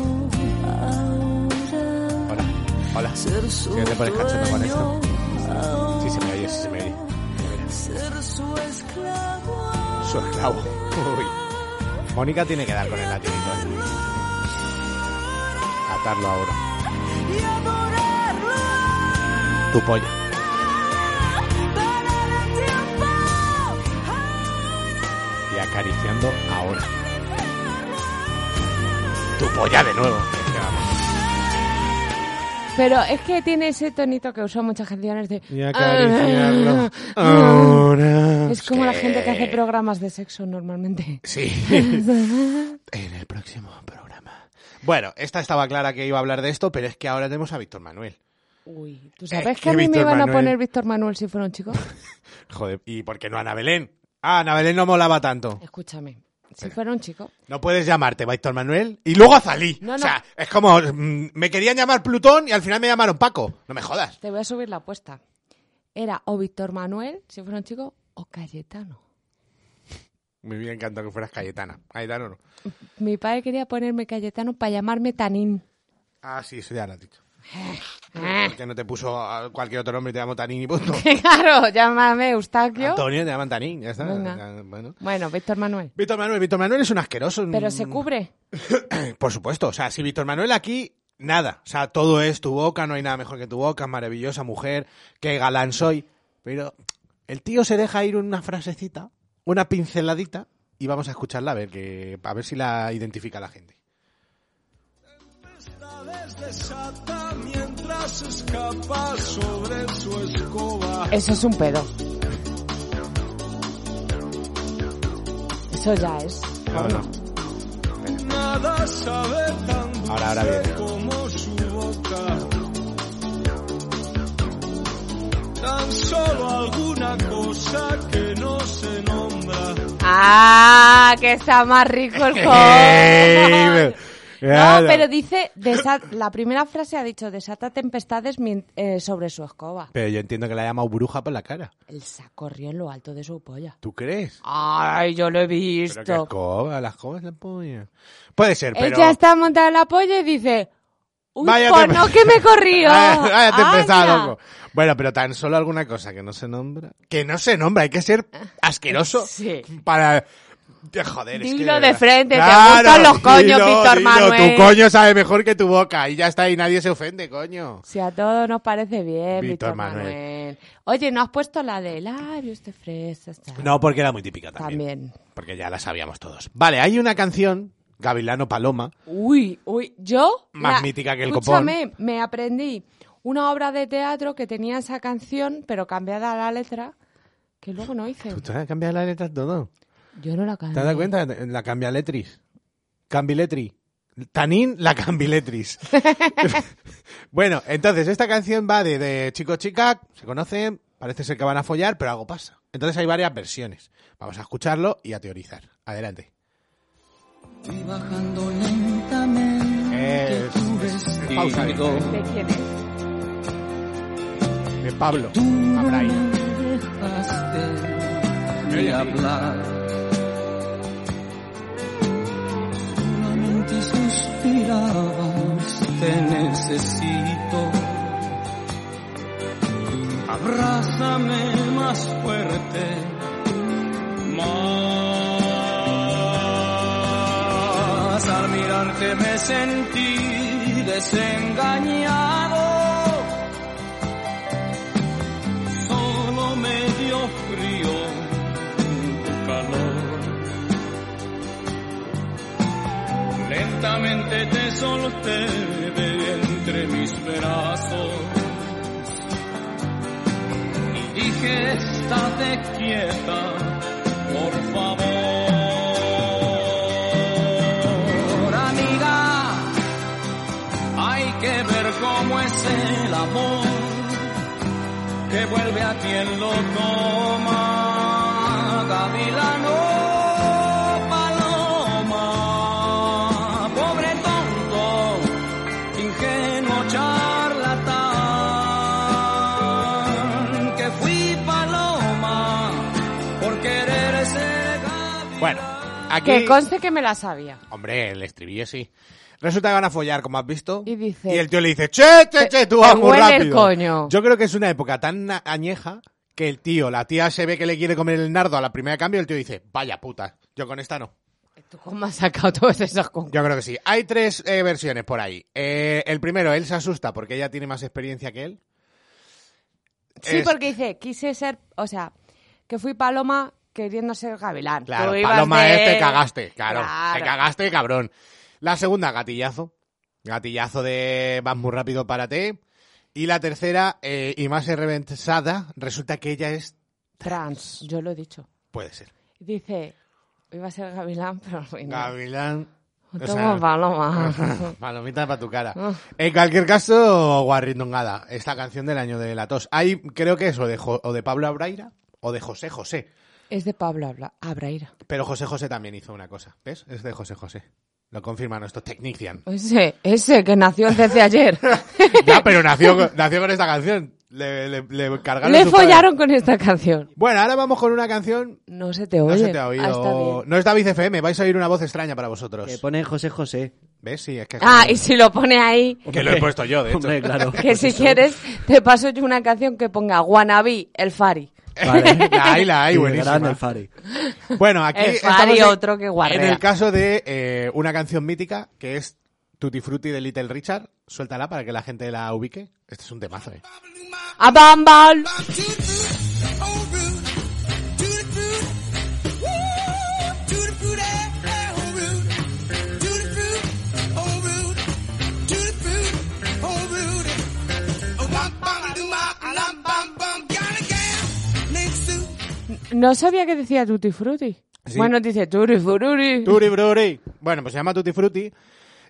H: ahora.
D: Hola, hola. Si
H: Ser su
D: no te pones cachondo con esto.
H: dueño ahora.
D: Sí, se me oye, sí, se me oye.
H: Ser su esclavo
D: Su esclavo. Uy. Mónica tiene que dar con el latinito. ¿eh? Atarlo ahora.
H: y adorarlo
D: Tu pollo.
H: para el tiempo.
D: Y acariciando ahora. Tu polla de nuevo. Es que vamos.
E: Pero es que tiene ese tonito que usó muchas canciones de... "Ah".
D: Y acariciarlo Ah. ahora.
E: Es como la gente que hace programas de sexo normalmente.
D: Sí. en el próximo programa. Bueno, esta estaba clara que iba a hablar de esto, pero es que ahora tenemos a Víctor Manuel.
E: Uy, ¿tú
D: Es
E: sabes
D: que
E: Eh, que a mí me
D: Víctor
E: iban a
D: Manuel-
E: poner Víctor Manuel si fuera un chico?
D: Joder, ¿y por qué no Ana Belén? Ah, Ana Belén no molaba tanto.
E: Escúchame, si fuera un chico...
D: No puedes llamarte Víctor Manuel y luego Azalí.
E: No, no.
D: O sea, es como, mm, me querían llamar Plutón y al final me llamaron Paco. No me jodas.
E: Te voy a subir la apuesta. Era o Víctor Manuel, si fuera un chico, o Cayetano.
D: Me hubiera encantado que fueras Cayetana. Cayetano no.
E: Mi padre quería ponerme Cayetano para llamarme Tanín.
D: Ah, sí, eso ya lo has dicho.
E: Ah.
D: ¿Por qué no te puso a cualquier otro nombre y te llamo Tanín y punto?
E: claro, llámame Eustaquio.
D: Antonio te llaman Tanín, ya está.
E: Venga.
D: Ya, Bueno.
E: Bueno, Víctor Manuel.
D: Víctor Manuel, Víctor Manuel es un asqueroso. un-
E: Pero se cubre.
D: Por supuesto, o sea, si Víctor Manuel aquí, nada. O sea, todo es tu boca, no hay nada mejor que tu boca, maravillosa mujer, qué galán soy. Pero el tío se deja ir una frasecita, una pinceladita, y vamos a escucharla a ver, que, a ver si la identifica la gente.
E: Eso es un pedo. Eso ya es.
D: No, no. Ahora, ahora viene.
E: ¡Ah! Que está más rico el
D: Ey,
E: coro. No,
D: claro.
E: pero dice, desa- la primera frase ha dicho, desata tempestades mien- eh, sobre su escoba.
D: Pero yo entiendo que la ha llamado bruja por la cara.
E: Él se corrió en lo alto de su polla.
D: ¿Tú crees?
E: Ay, yo lo he
D: Pero que
E: visto.
D: escoba, las escobas la polla. Puede ser, pero...
E: Ella está montada en la polla y dice, uy,
D: Vaya
E: por
D: tem-
E: no que me corrió.
D: Vaya- vaya tempestad,
E: Anda.
D: loco. Bueno, pero tan solo alguna cosa que no se nombra. Que no se nombra, hay que ser asqueroso
E: Sí.
D: para... Te- Joder, es que
E: Dilo de
D: verdad.
E: frente, te gustan los coños, Víctor Manuel.
D: Tu coño sabe mejor que tu boca y ya está, y nadie se ofende, coño.
E: Si a todos nos parece bien,
D: Víctor
E: Víctor,
D: Manuel.
E: Manuel. Oye, ¿no has puesto la de labios de fresa? ¿sabes?
D: No, porque era muy típica
E: También.
D: Porque ya la sabíamos todos. Vale, hay una canción, Gavilano Paloma.
E: Uy, uy, yo...
D: Más mítica que el
E: Escúchame, me aprendí una obra de teatro que tenía esa canción, pero cambiada la letra, que luego no hice.
D: Tú te has cambiado la letra todo.
E: Yo no la cambié.
D: ¿Te has dado cuenta? La cambia letris. Cambiletri. Tanín, la cambiletris. bueno, entonces esta canción va de, de chico chica, se conocen, parece ser que van a follar, pero algo pasa. Entonces hay varias versiones. Vamos a escucharlo y a teorizar. Adelante.
A: Y bajando lentamente
D: Es, es- es pausa de,
E: ¿De quién es?
D: de Pablo.
A: tú no
D: Abraí.
A: me dejaste ni hablar. Solamente suspirabas, te necesito. Abrázame más fuerte, más. Al mirarte me sentí desengañado solo me dio frío tu calor. Lentamente te solté de entre mis brazos y dije estate quieta, por favor, amiga. Hay que ver cómo es el amor que vuelve a quien lo toma. Gavilano, paloma, pobre tonto, ingenuo charlatán, que fui paloma por querer ser
D: Bueno, aquí.
E: Que conste que me la sabía.
D: Hombre, el estribillo sí. Resulta que van a follar, como has visto.
E: Y dice-
D: el tío le dice, che, che, che, tú
E: Te-
D: vas
E: te
D: muy
E: huele el
D: rápido.
E: coño.
D: Yo creo que es una época tan na- añeja que el tío, la tía se ve que le quiere comer el nardo a la primera de cambio y el tío dice, vaya puta, yo con esta no.
E: ¿Tú cómo has sacado todos esos concursos?
D: Yo creo que sí. Hay tres eh, versiones por ahí. Eh, el primero, él se asusta porque ella tiene más experiencia que él.
E: Sí,
D: Es-
E: porque dice, quise ser, o sea, que fui paloma queriendo ser gavilán.
D: Claro,
E: Tú ibas
D: Paloma,
E: de-
D: eh, te cagaste, claro, Te
E: Claro.
D: cagaste, cabrón. La segunda, gatillazo. Gatillazo de vas muy rápido, párate. Y la tercera, eh, y más reventesada, resulta que ella es...
E: Trans, yo lo he dicho.
D: Puede ser.
E: Dice, iba a ser gavilán, pero al final.
D: Gavilán... o
E: Tengo
D: sea,
E: paloma.
D: Palomita para tu cara.
E: Ah.
D: En cualquier caso, guarrindongada. Esta canción del año de la tos. Ahí creo que es o de, Jo- o de Pablo Abraira o de José José.
E: es de Pablo Abra- Abraira.
D: Pero José José también hizo una cosa. ¿Ves? Es de José José. Lo confirma nuestro technician.
E: Ese, ese que nació el desde ayer.
D: Ya, pero nació, con- nació con esta canción. Le, le, le cargaron
E: Le
D: sus padres.
E: follaron con esta canción.
D: Bueno, ahora vamos con una canción.
E: No se te
D: No
E: oye.
D: se te ha
E: Ah, está
D: oído.
E: bien.
D: no es David FM, vais a oír una voz extraña para vosotros.
I: Que pone José José.
D: ¿Ves? Sí, es que.
E: Ah, y si lo pone ahí,
D: Que lo he puesto yo, de hecho.
I: Hombre, claro.
E: que si
I: Eso.
E: quieres, te paso yo una canción que ponga Wannabe, el Fari.
I: Vale.
D: La hay, la hay,
I: Sí,
D: buenísima.
I: grande el Fari.
D: Bueno, aquí.
E: El
D: estamos
E: Fari,
D: en-
E: otro que guarrea.
D: En el caso de eh, una canción mítica que es Tutti Frutti de Little Richard. Suéltala para que la gente la ubique. Este es un temazo, eh.
E: ¡A Bambal! No sabía que decía Tutti Frutti.
D: Sí.
E: Bueno, dice Tutti Frutti.
D: Turi Bruri. Bueno, pues se llama Tutti Frutti.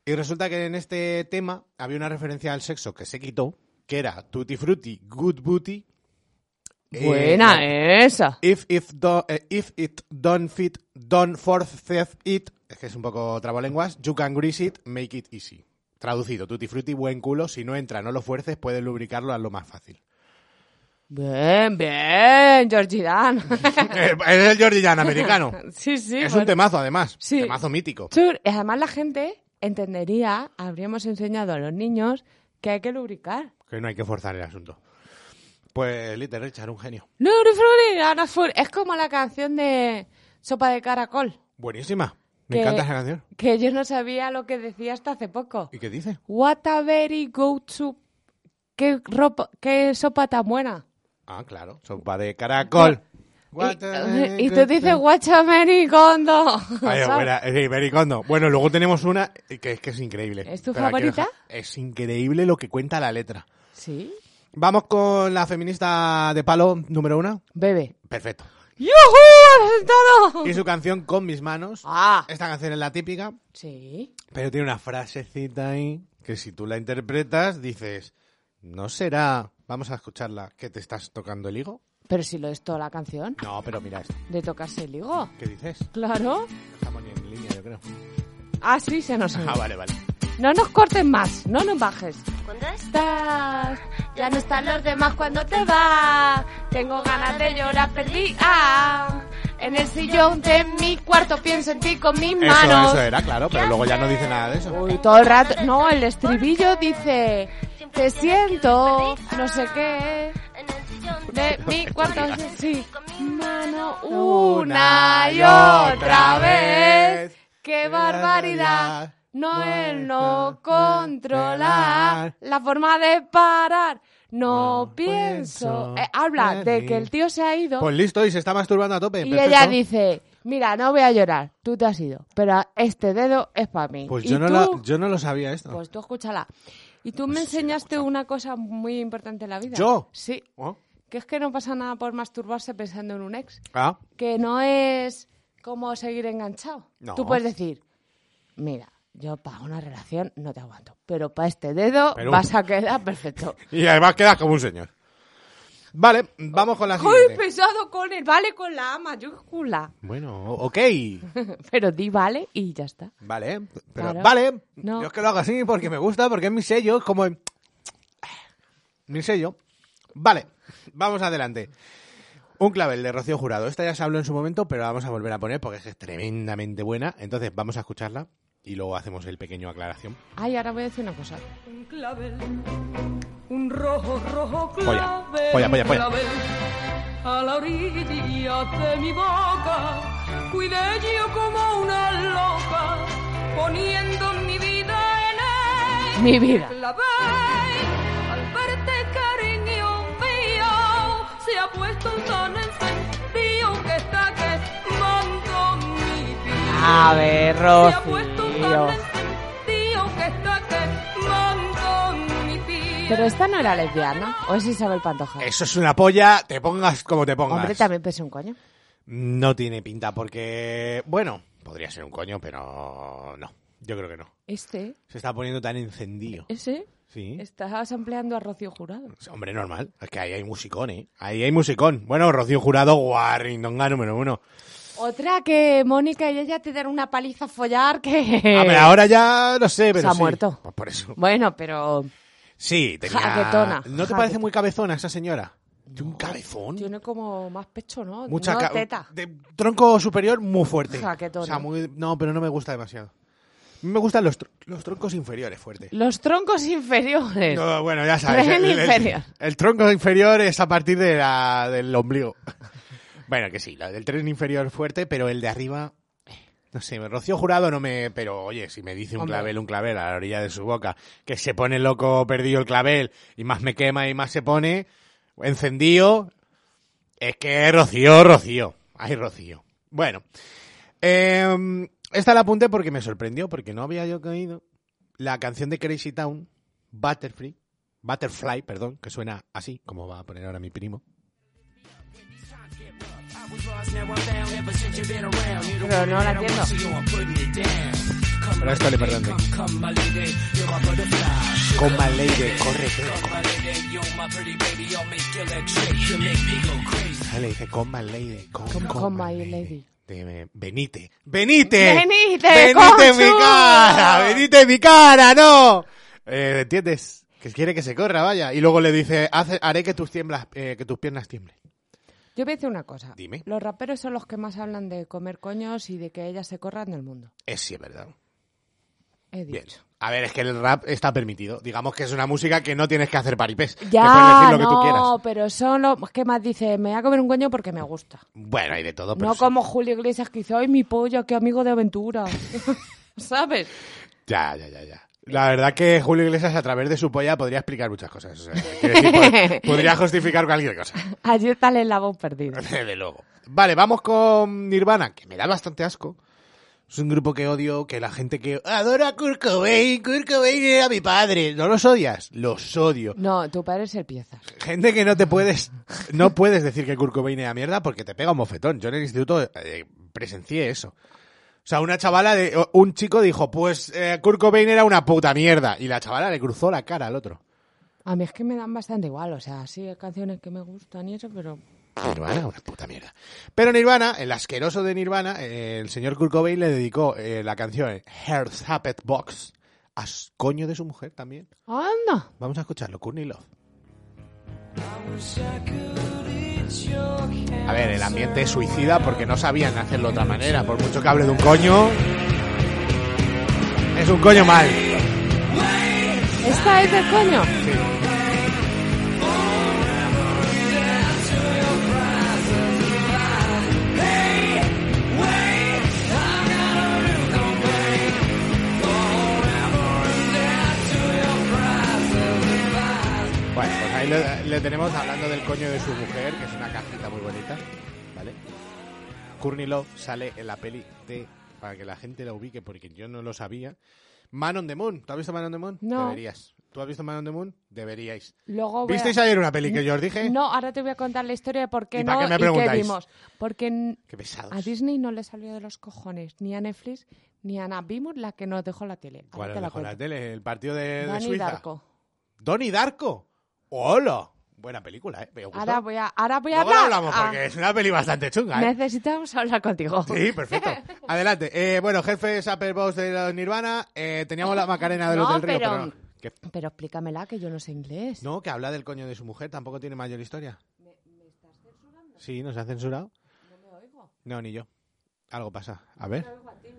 D: Y resulta que en este tema había una referencia al sexo que se quitó, que era Tutti Frutti, Good Booty. Eh,
E: Buena esa.
D: If, if, do- eh, if it don't fit, don't force it. Es que es un poco trabalenguas. You can grease it, make it easy. Traducido, Tutti Frutti, buen culo. Si no entra, no lo fuerces, puedes lubricarlo, hazlo más fácil.
E: Bien, bien, Georgie Dan.
D: Eh, es el Georgian americano.
E: sí, sí.
D: es un
E: bueno.
D: temazo, además.
E: Sí.
D: Temazo mítico.
E: Chur, y además la gente entendería, habríamos enseñado a los niños que hay que lubricar.
D: Que no hay que forzar el asunto. Pues Little Richard, un genio.
E: No, no, Fruli, no, no, Fruli. Es como la canción de Sopa de Caracol,
D: Buenísima. Me
E: Que-
D: encanta esa canción.
E: que yo no sabía lo que decía hasta hace poco.
D: ¿Y qué dice?
E: What a very go to. Qué ropa, qué sopa tan buena.
D: Ah, claro. Sopa de caracol. What a-
E: eh, Y, y tú dices, what a very gondo.
D: Ay,
E: ¿sabes?
D: buena, eh, Vericondo. Bueno, luego tenemos una que es que es increíble.
E: ¿Es tu
D: Te la quiero
E: favorita?
D: dejar. Es increíble lo que cuenta la letra.
E: Sí,
D: Vamos con la feminista de palo número una.
E: bebe.
D: Perfecto.
E: ¡Yujú!
D: Y su canción Con mis manos.
E: Ah,
D: Esta canción es la típica,
E: sí.
D: pero tiene una frasecita ahí que si tú la interpretas dices, ¿no será, vamos a escucharla, que te estás tocando el higo?
E: Pero si lo es toda la canción,
D: No, pero mira esto.
E: de tocarse el higo.
D: ¿Qué dices?
E: Claro.
D: No estamos ni en línea, yo creo.
E: Ah, sí, se nos oye.
D: Ah, vale, vale.
E: No nos corten más, no nos bajes.
H: Cuando es
E: Estás, ya no están los demás cuando te vas. Tengo ganas de llorar perdida. En el sillón de mi cuarto pienso en ti con mis
D: Eso,
E: manos.
D: eso era, claro, pero luego ya no dice nada de eso.
E: Uy, todo el rato. No, el estribillo dice: Te siento, no sé qué. De mi cuarto, sí. Mano, una y otra vez. ¡Qué barbaridad! No el no controlar la forma de parar. No
D: No pienso
E: pienso. Eh, habla de que el tío se ha ido
D: Pues listo, y se está masturbando a tope.
E: y
D: perfecto.
E: ella dice: Mira, no voy a llorar, tú te has ido, pero este dedo es para mí.
D: Pues
E: Y
D: yo no,
E: tú,
D: la- yo no lo sabía esto.
E: Pues tú escúchala. Y
D: Pues
E: tú me enseñaste una cosa muy importante en la vida.
D: ¿Yo?
E: Sí.
D: ¿Oh?
E: Que es que no pasa nada por masturbarse pensando en un ex
D: Ah,
E: que no es como seguir enganchado.
D: No.
E: Tú puedes decir, mira, yo para una relación no te aguanto, pero para este dedo
D: Pero-
E: vas a quedar perfecto.
D: y además quedas como un señor. Vale, vamos con la
E: ¡Uy,
D: siguiente.
E: pesado con el vale con la A mayúscula!
D: Bueno, ok.
E: Pero di vale y ya está.
D: Vale, pero
E: Claro.
D: vale.
E: No.
D: Yo es que lo hago así porque me gusta, porque es mi sello, es como... Mi sello. Vale, vamos adelante. Un clavel de Rocío Jurado. Esta ya se habló en su momento, pero la vamos a volver a poner porque es que es tremendamente buena. Entonces vamos a escucharla y luego hacemos el pequeño aclaración.
E: Ay, ahora voy a decir una cosa.
H: Un clavel, un rojo, rojo clavel.
D: Polla, polla, polla, polla.
H: clavel, a la orilla de mi boca, cuidé yo como una loca, poniendo mi vida en él.
E: Mi vida.
H: Clavel, al verte cariño mío, se ha puesto tan encendido que está quemando mi vida.
I: A ver,
H: Se ha puesto
I: Rocío.
H: tan encendido que está quemando mi vida.
E: Pero esta no era lesbiana, o es Isabel Pantoja.
D: Eso es una polla, te pongas como te pongas.
E: Hombre, también pese un coño.
D: No tiene pinta porque, bueno, podría ser un coño, pero no. Yo creo que no.
E: Este,
D: Se está poniendo tan encendido.
E: ese,
D: Sí.
E: estás empleando a Rocío Jurado.
D: Hombre, normal. Es que ahí hay musicón, ¿eh? Ahí hay musicón. Bueno, Rocío Jurado, Warringtonga número uno.
E: Otra que Mónica y ella te dan una paliza a follar que...
D: A ver, Ah, ahora ya no sé, pero
E: Eh, Se ha
D: sí.
E: muerto.
D: Pues por eso.
E: Bueno, pero
D: Sí, tenía...
E: Jaquetona,
D: ¿No te
E: jaque-
D: parece muy cabezona esa señora? Tiene un cabezón.
E: tiene como más pecho, ¿no?
D: Mucha
E: no,
D: ca-
E: teta.
D: De tronco superior muy fuerte.
E: Jaquetona.
D: O sea, muy... No, pero no me gusta demasiado. A mí me gustan los, tr- los troncos inferiores fuertes.
E: Los troncos inferiores.
D: No, bueno, ya sabes.
E: Tren inferior.
D: el tronco inferior es a partir de la- del ombligo. bueno, que sí, la del tren inferior fuerte, pero el de arriba. No sé, me Rocío Jurado no me. Pero oye, si me dice un
E: Hombre.
D: clavel, un clavel a la orilla de su boca, que se pone loco perdido el clavel, y más me quema y más se pone encendido. Es que Rocío, Rocío. Ay, Rocío. Bueno, eh, esta la apunté porque me sorprendió, porque no había yo caído. La canción de Crazy Town, Butterfly, Butterfly, perdón, que suena así, como va a poner ahora mi primo.
E: Pero no la entiendo.
D: Pero esto le perdone. Con My Lady, correte. Ah, Le dice, con My Lady, con,
E: Con-
D: con
E: con
D: my
E: my
D: lady.
E: lady.
D: Dime, Venite, venite,
E: Venite,
D: venite en
E: conchu.
D: mi cara, venite en mi cara, no. Eh, ¿Entiendes? Que quiere que se corra, vaya. Y luego le dice, "Hace- haré que tus, tiemblas, eh, que tus piernas tiemblen.
E: Yo voy a decir una cosa.
D: Dime.
E: Los raperos son los que más hablan de comer coños y de que ellas se corran del mundo.
D: Es Eh, sí, es verdad.
E: He dicho.
D: Bien. A ver, es que el rap está permitido. Digamos que es una música que no tienes que hacer paripés. que puedes
E: Ya,
D: decir lo que tú quieras.
E: no, pero son los que más dice, me voy a comer un coño porque me gusta.
D: Bueno, hay de todo. Ah, Pero
E: No
D: sí.
E: como Julio Iglesias que dice, ay, mi pollo, qué amigo de aventura. ¿Sabes?
D: Ya, ya, ya, ya. La verdad que Julio Iglesias a través de su polla podría explicar muchas cosas. o sea, quiero decir, pod- podría justificar cualquier cosa.
E: Allí está el eslabón perdido.
D: Desde luego. Vale, vamos con Nirvana, que me da bastante asco. Es un grupo que odio, que la gente que adora a Kurt Cobain, Kurt Cobain era mi padre. ¿No los odias? Los odio.
E: No, tu padre es el piezas.
D: Gente que no te puedes, no puedes decir que Kurt Cobain era mierda porque te pega un bofetón. Yo en el instituto eh, presencié eso. O sea, una chavala de, o- un chico dijo, pues eh, Kurt Cobain era una puta mierda. Y la chavala le cruzó la cara al otro.
E: A mí es que me dan bastante igual, o sea, sí, hay canciones que me gustan y eso, pero...
D: Nirvana, una puta mierda. Pero Nirvana, el asqueroso de Nirvana, eh, el señor Kurt Cobain le dedicó eh, la canción Hearth Happet Box a s- coño de su mujer también.
E: ¡Anda!
D: Vamos a escucharlo, Courtney Love. A ver, el ambiente es suicida porque no sabían hacerlo de otra manera. Por mucho que hable de un coño... Es un coño mal.
E: ¿Esta es del coño?
D: Bueno, pues ahí le, le tenemos hablando del coño de su mujer, que es una cajita muy bonita, ¿vale? Courtney Love sale en la peli de, para que la gente la ubique, porque yo no lo sabía, Man on the Moon. ¿Tú has visto Man on the Moon?
E: No.
D: Deberías. ¿Tú has visto Man on the Moon? Deberíais.
E: Luego voy a-
D: ¿Visteis ayer una peli que yo os dije?
E: No, ahora te voy a contar la historia de por
D: ¿Y
E: qué
D: para
E: no
D: qué me
E: y qué
D: preguntáis?
E: vimos. Porque n-
D: Qué pesados.
E: a Disney no le salió de los cojones, ni a Netflix, ni a Ana Vimos la que nos dejó la tele. Ahora
D: Bueno,
E: te la
D: dejó la
E: cuento.
D: tele, el partido de, de
E: Donnie
D: Suiza.
E: Darko.
D: Donnie Darko. ¡Hola! Buena película, ¿eh? Me gustó.
E: Ahora voy a, ahora voy a
D: Luego la
E: hablar.
D: hablamos,
E: Ah,
D: porque es una peli bastante chunga, ¿eh?
E: Necesitamos hablar contigo.
D: Sí, perfecto. Adelante. Eh, bueno, jefe Boss de los Nirvana. eh, teníamos la Macarena de los
E: No,
D: del Río, pero...
E: pero-
D: no. Que,
E: Pero explícamela, que yo no sé inglés.
D: no, que habla del coño de su mujer, tampoco tiene mayor historia. ¿Me, Sí, nos han censurado.
H: No me oigo.
D: No, ni yo. Algo pasa. A ver.
H: Te oigo a ti.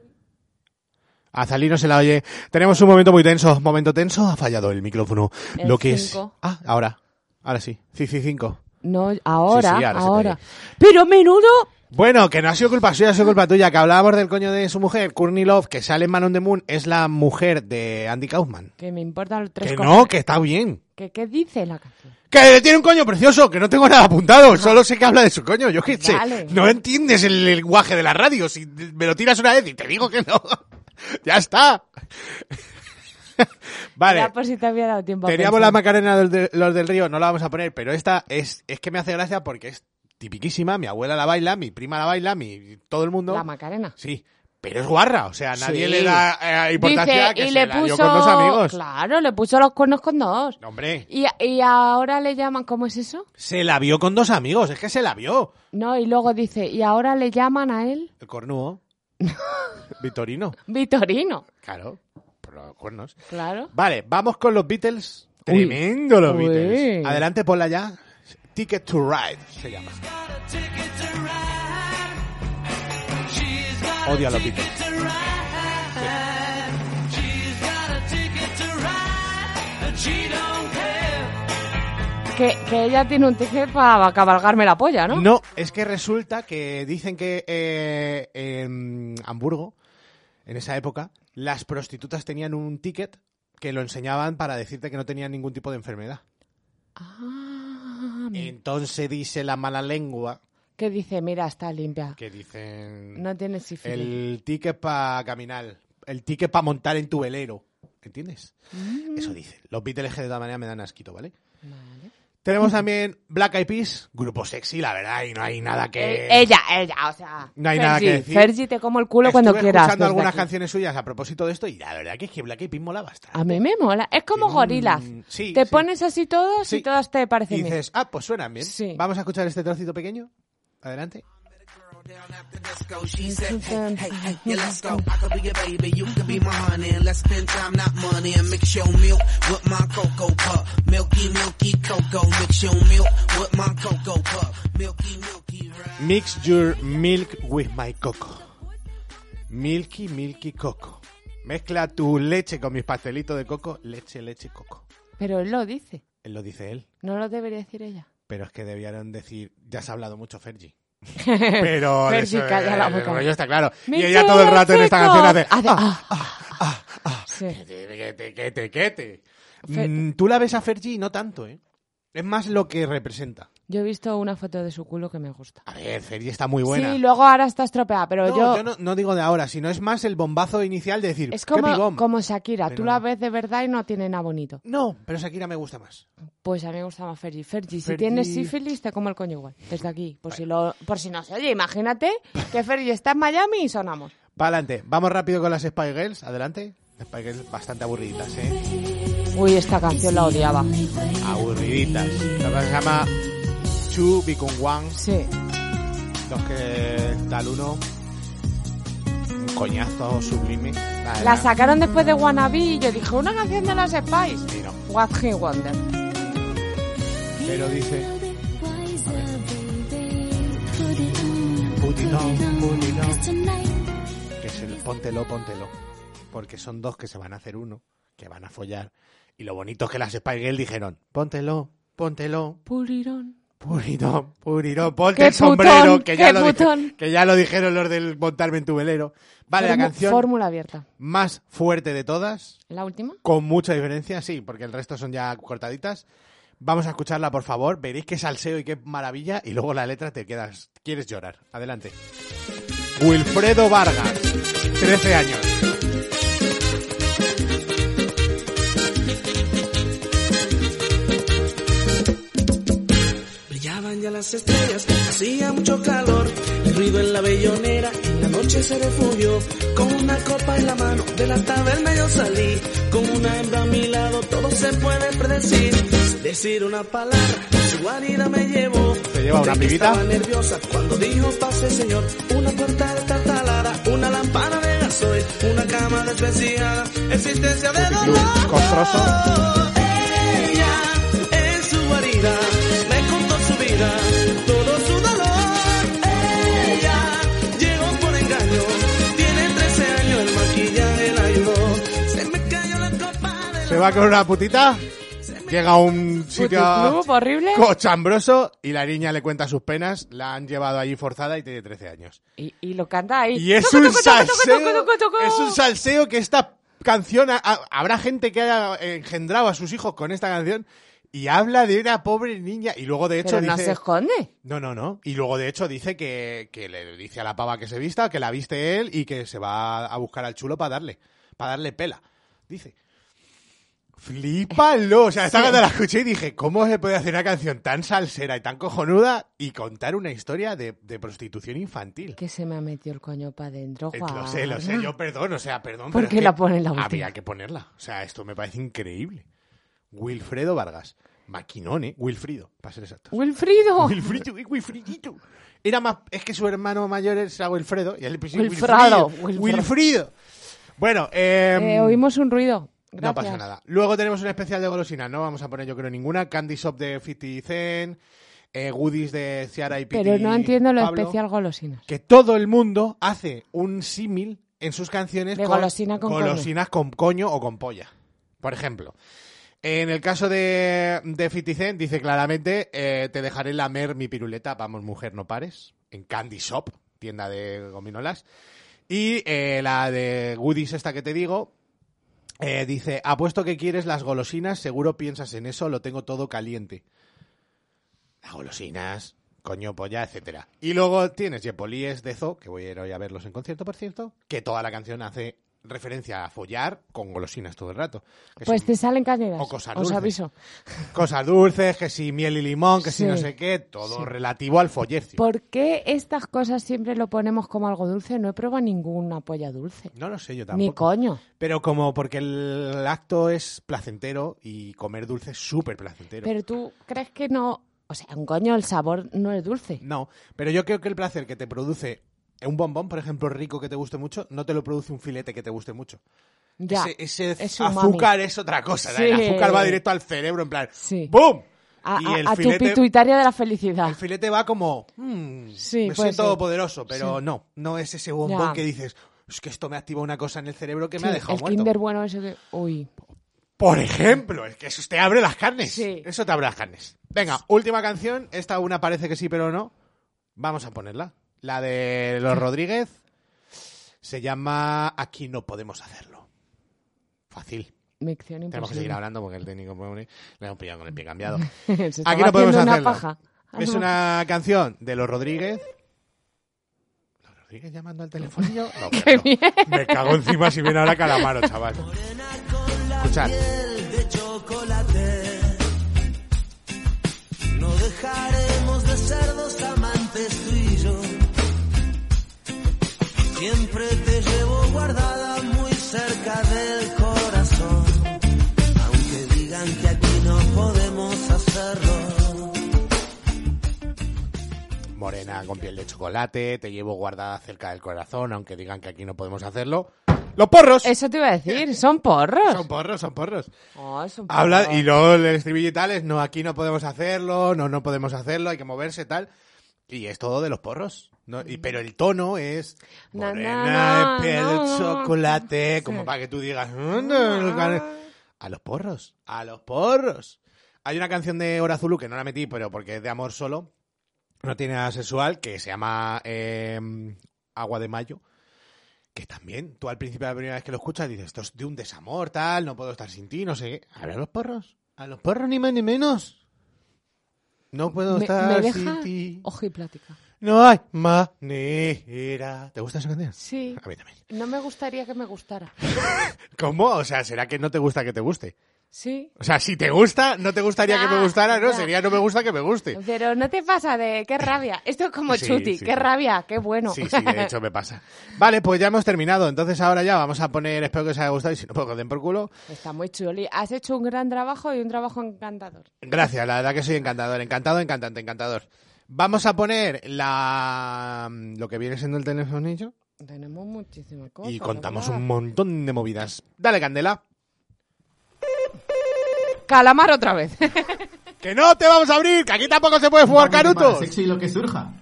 D: A Zalí no se la oye. Tenemos un momento muy tenso. Momento tenso. Ha fallado el micrófono.
E: El
D: Lo que
E: cinco.
D: es. Ah, ahora. Ahora sí. Sí, sí, cinco.
E: No, ahora,
D: Sí, sí, ahora
E: ahora.
D: se te oye.
E: Pero menudo.
D: Bueno, que no ha sido culpa suya, ha sido culpa tuya. Que hablábamos del coño de su mujer, Courtney Love, que sale en Man on the Moon, es la mujer de Andy Kaufman.
E: Que me importan los tres
D: Que
E: cojones.
D: no, que está bien.
E: ¿Qué, qué dice la canción?
D: Que tiene un coño precioso, que no tengo nada apuntado, solo sé que habla de su coño, yo qué sé.
E: Vale.
D: No entiendes el lenguaje de la radio, si me lo tiras una vez y te digo que no, ya está. vale.
E: Ya por si te había dado tiempo. a
D: Teníamos la
E: pensar.
D: Macarena del- de- los del río, no la vamos a poner, pero esta es, es que me hace gracia porque es tipiquísima. Mi abuela la baila, mi prima la baila, mi todo el mundo.
E: La Macarena.
D: sí, pero es guarra, o sea, nadie
E: Sí.
D: le da eh, importancia
E: Dice,
D: a que
E: y
D: se
E: le
D: la dio
E: puso.
D: con dos amigos.
E: Claro, le puso los cuernos con dos.
D: No, hombre,
E: Y, y ahora le llaman, ¿cómo es eso?
D: se la vio con dos amigos, es que se la vio.
E: No, y luego dice, y ahora le llaman a él
D: El cornudo. Vitorino,
E: Vitorino.
D: claro, por los cuernos.
E: Claro.
D: Vale, vamos con los Beatles.
E: Uy.
D: Tremendo los
E: Uy.
D: Beatles. Adelante, ponla ya. Ticket to Ride se llama. Odio a los Beatles.
E: Que, que ella tiene un ticket para cabalgarme la polla, ¿no?
D: No, es que resulta que dicen que eh, en Hamburgo, en esa época, las prostitutas tenían un ticket que lo enseñaban para decirte que no tenían ningún tipo de enfermedad.
E: Ah, mi-
D: Entonces dice la mala lengua
E: que dice, mira, está limpia.
D: que dicen
E: No tiene sífilis. Eh,
D: el ticket para caminar, el ticket para montar en tu velero. ¿Entiendes? Eso dicen. Los Beatles que de todas maneras me dan asquito, ¿vale?
E: Mm. Vale.
D: Tenemos también Black Eyed Peas, grupo sexy, la verdad, y no hay nada que...
E: Eh, Ella, ella, o sea.
D: No hay nada que
E: Fergie,
D: decir.
E: Fergie, te como el culo cuando
D: Estuve
E: quieras.
D: escuchando
E: desde
D: algunas
E: aquí.
D: canciones suyas a propósito de esto y la verdad que es que Black Eyed Peas mola bastante.
E: A mí me mola. Es como
D: Mm,
E: gorilas.
D: sí,
E: te
D: sí.
E: pones así todos
D: Sí.
E: y todas te
D: Y
E: parecen bien.
D: dices, ah, pues suenan bien.
E: Sí.
D: Vamos a escuchar este trocito pequeño. Adelante.
A: down after disco. She said, hey, hey, hey, yeah, let's go. I could be your baby, you could be my honey. And let's spend time, not money. And mix your milk with my cocoa pup. Milky, milky cocoa. Mix your milk with my cocoa pup. Milky, milky right.
D: Mix your milk with my coco. Milky, milky coco. Mezcla tu leche con mis pastelitos de coco. Leche, leche, coco.
E: Pero él lo dice.
D: Él lo dice él.
E: No lo debería decir ella.
D: Pero es que debieron decir, ya se ha hablado mucho Fergie. Pero
E: Fergie,
D: eso,
E: calla la
D: el
E: boca.
D: rollo está claro.
E: Me
D: Y ella todo el
E: quedo
D: rato en esta
E: seco.
D: canción hace...
E: Hace,
D: "Ah,
E: ah, Sí.
D: Que te- que te- que te- que te.
E: Fer-
D: Mm, Tú la ves a Fergie y no tanto, ¿eh? Es más lo que representa.
E: Yo he visto una foto de su culo que me gusta.
D: A ver, Fergie está muy buena.
E: Sí, luego ahora está estropeada, pero
D: no,
E: yo...
D: yo no, no digo de ahora, sino es más el bombazo inicial de decir,
E: Es
D: ¡qué
E: como,
D: pibón!
E: como Shakira,
D: Pero
E: tú
D: no.
E: la ves de verdad y no tiene nada bonito.
D: No, pero Shakira me gusta más.
E: Pues a mí me gusta más Fergie. Fergie, si
D: Fergie-
E: tienes sífilis, te como el coño igual. Desde aquí, por, si, lo, por si no se oye, imagínate que Fergie está en Miami y sonamos.
D: Para adelante, vamos rápido con las Spy Girls, adelante. Spy Girls bastante aburriditas, ¿eh?
E: Uy, esta canción la odiaba.
D: Aburriditas. La otra se llama Two Become One,
E: Sí.
D: dos que tal uno. Un coñazo sublime. La,
E: La
D: la-
E: sacaron después de Wannabe y yo dije, una canción de las Spice.
D: Sí, no.
E: What He Wonder.
D: Pero dice. a ver. Put it on, put it on. Que es el póntelo, póntelo. Porque son dos que se van a hacer uno, que van a follar. Y lo bonito es que las Spice Girls dijeron: póntelo, póntelo,
E: Purirón.
D: purirón, purirón, ponte
E: ¡Qué
D: el sombrero.
E: putón,
D: que, ya
E: qué
D: lo
E: putón!
D: dije- que ya lo dijeron los del montarme en tu velero. Vale, la
E: Formu-
D: canción
E: Fórmula abierta.
D: más fuerte de todas.
E: ¿La última?
D: Con mucha diferencia, sí, porque el resto son ya cortaditas. Vamos a escucharla, por favor. Veréis qué salseo y qué maravilla. Y luego la letra te quedas. Quieres llorar. Adelante. Wilfredo Vargas, 13 años.
I: Brillaban ya las estrellas, hacía mucho calor, el ruido en la bellonera, en la noche se refugió, con una copa en la mano, de la taberna yo salí, con una hembra a mi lado, todo se puede predecir, sin decir una palabra, su guarida me llevó,
D: Se lleva una
I: Noté que
D: pibita.
I: estaba nerviosa cuando dijo pase señor, una puerta destartalada, una lámpara de gasoil, una cama despreciada, existencia de dolor.
D: Costroso.
I: Ella en su guarida me contó su vida, todo su dolor.
D: se va con una putita, llega a un sitio
E: Puticlub horrible.
D: cochambroso y la niña le cuenta sus penas, la han llevado allí forzada y tiene 13 años.
E: Y, y lo canta ahí.
D: Y es
E: Toco,
D: un
E: toco, toco, toco,
D: salseo,
E: toco, toco, toco.
D: es un salseo que esta canción, ha- ha- habrá gente que haya engendrado a sus hijos con esta canción y habla de una pobre niña y luego de hecho
E: Pero no
D: dice-
E: se esconde.
D: no, no, no. Y luego, de hecho, dice que, que le dice a la pava que se vista, que la viste él y que se va a buscar al chulo para darle, para darle pela. Dice. Flipalo. O sea, esta cuando la escuché y dije, ¿cómo se puede hacer una canción tan salsera y tan cojonuda y contar una historia de, de prostitución infantil?
E: Que se me ha metido el coño para adentro,
D: Eh,
E: Juan.
D: Lo sé, lo sé, yo perdón, o sea, perdón.
E: ¿Por
D: pero es
E: qué
D: que
E: la pone en la última?
D: Había que ponerla. O sea, esto me parece increíble. Wilfredo Vargas. Maquinón, ¿eh? Wilfrido, para ser exacto.
E: Wilfrido.
D: Wilfrido, eh, Wilfridito. Era más, es que su hermano mayor era Wilfredo y él le puso
E: Wilfrado,
D: Wilfrido.
E: Wilfredo.
D: Wilfrido. Bueno, eh,
E: Eh, oímos un ruido. Gracias.
D: no pasa nada. Luego tenemos un especial de golosinas, no vamos a poner yo creo ninguna. Candy Shop de 50 Cent, eh, Goodies de Ciara y Piti
E: Pero no entiendo lo
D: Pablo,
E: especial golosinas.
D: Que todo el mundo hace un símil en sus canciones
E: De golosina con
D: golosinas con coño o con polla. Por ejemplo. En el caso de, de 50 Cent, dice claramente, eh, te dejaré lamer mi piruleta, vamos mujer, no pares, en Candy Shop, tienda de gominolas. Y eh, la de Goodies, esta que te digo, eh, dice, apuesto que quieres las golosinas, seguro piensas en eso, lo tengo todo caliente. Las golosinas, coño, polla, etcétera. Y luego tienes Yepolíes de Zo, que voy a ir hoy a verlos en concierto, por cierto, que toda la canción hace referencia a follar con golosinas todo el rato. Que
E: Pues
D: son-
E: te salen cañeras.
D: o cosas
E: Os
D: dulces.
E: aviso.
D: cosas dulces, que si miel y limón, que si
E: Sí.
D: no sé qué, todo
E: Sí.
D: relativo al follecio.
E: ¿Por qué estas cosas siempre lo ponemos como algo dulce? No he probado ninguna polla dulce.
D: No lo sé yo
E: Ni
D: tampoco.
E: coño.
D: Pero como porque el acto es placentero y comer dulce es súper placentero.
E: Pero tú crees que no. O sea, un coño, el sabor no es dulce.
D: No, pero yo creo que el placer que te produce un bombón, por ejemplo, rico que te guste mucho, no te lo produce un filete que te guste mucho.
E: Ya.
D: ese ese
E: es umami.
D: azúcar es otra cosa. ¿no? El
E: Sí.
D: azúcar va directo al cerebro, en plan,
E: Sí.
D: ¡boom!
E: A,
D: y
E: a-
D: el
E: a tu
D: filete,
E: pituitaria de la felicidad.
D: el filete va como, mm,
E: Sí,
D: me
E: puede
D: siento
E: ser.
D: poderoso, pero no, no es ese bombón
E: Ya.
D: que dices, es que esto me activa una cosa en el cerebro que me
E: Sí,
D: ha dejado
E: el
D: muerto.
E: Kinder bueno ese que... Uy.
D: Por ejemplo, es que eso te abre las carnes.
E: Sí.
D: Eso te abre las carnes. Venga, última canción. Esta una parece que sí, pero no. Vamos a ponerla. La de los Rodríguez. Se llama Aquí no podemos hacerlo. Fácil.
E: Micción
D: Tenemos que
E: imposible.
D: seguir hablando porque el técnico pobre, le hemos pillado con el pie cambiado.
E: Se estaba
D: Aquí no podemos
E: haciendo
D: hacerlo.
E: una paja. Ah,
D: Es una canción de los Rodríguez. ¿Los Rodríguez llamando al telefonillo? No, perdón. Me cago encima si viene ahora Calamaro, chaval. Escuchad.
F: piel de chocolate. No dejaremos de ser dos amantes tú y yo. Siempre te llevo guardada muy cerca del corazón. Aunque digan que aquí no podemos hacerlo.
D: morena con piel de chocolate, te llevo guardada cerca del corazón, aunque digan que aquí no podemos hacerlo. ¡Los porros!
E: Eso te iba a decir. Son porros.
D: Son porros, son porros.
E: Oh, son porros.
D: Habla, y luego el estribillo y tal es, no, aquí no podemos hacerlo, no, no podemos hacerlo, hay que moverse, tal. Y es todo de los porros. ¿no? Y, pero el tono es
E: Na, na,
D: morena
E: na,
D: de piel
E: no,
D: de
E: no.
D: chocolate, como para que tú digas... "Mm, no,
E: Ah,
D: no, no". A los porros, a los porros. Hay una canción de Horazulu que no la metí, pero porque es de amor solo, no tiene nada sexual, que se llama eh, Agua de Mayo, que también, tú al principio de la primera vez que lo escuchas dices, esto es de un desamor, tal, no puedo estar sin ti, no sé qué. Ahora los porros, a los porros ni más ni menos. No puedo
E: Me,
D: estar
E: me deja Oh.
D: sin ti.
E: ojiplática.
D: No hay manera. ¿Te gusta esa canción?
E: Sí.
D: A mí también.
E: No me gustaría que me gustara.
D: ¿Cómo? O sea, ¿será que no te gusta que te guste?
E: Sí.
D: O sea, si te gusta, no te gustaría que me
E: Ya,
D: gustara, ¿no?
E: ya.
D: Sería no me gusta que me guste.
E: Pero no te pasa de qué rabia. Esto es como
D: Sí,
E: Chuti.
D: sí.
E: Qué rabia, qué bueno.
D: Sí, sí, de hecho me pasa. Vale, pues ya hemos terminado. Entonces ahora ya vamos a poner, espero que os haya gustado y si no, pues que os den por culo.
E: Está muy chuli. Has hecho un gran trabajo y un trabajo encantador.
D: Gracias, la verdad que soy encantador, encantado, encantante, encantador. Vamos a poner la lo que viene siendo el telefonillo
E: Tenemos muchísimas cosas.
D: y
E: la
D: contamos
E: verdad.
D: un montón de movidas. Dale, Candela.
E: Calamar otra vez.
D: ¡Que no te vamos a abrir! ¡Que aquí tampoco se puede jugar canutos!
J: y lo que surja.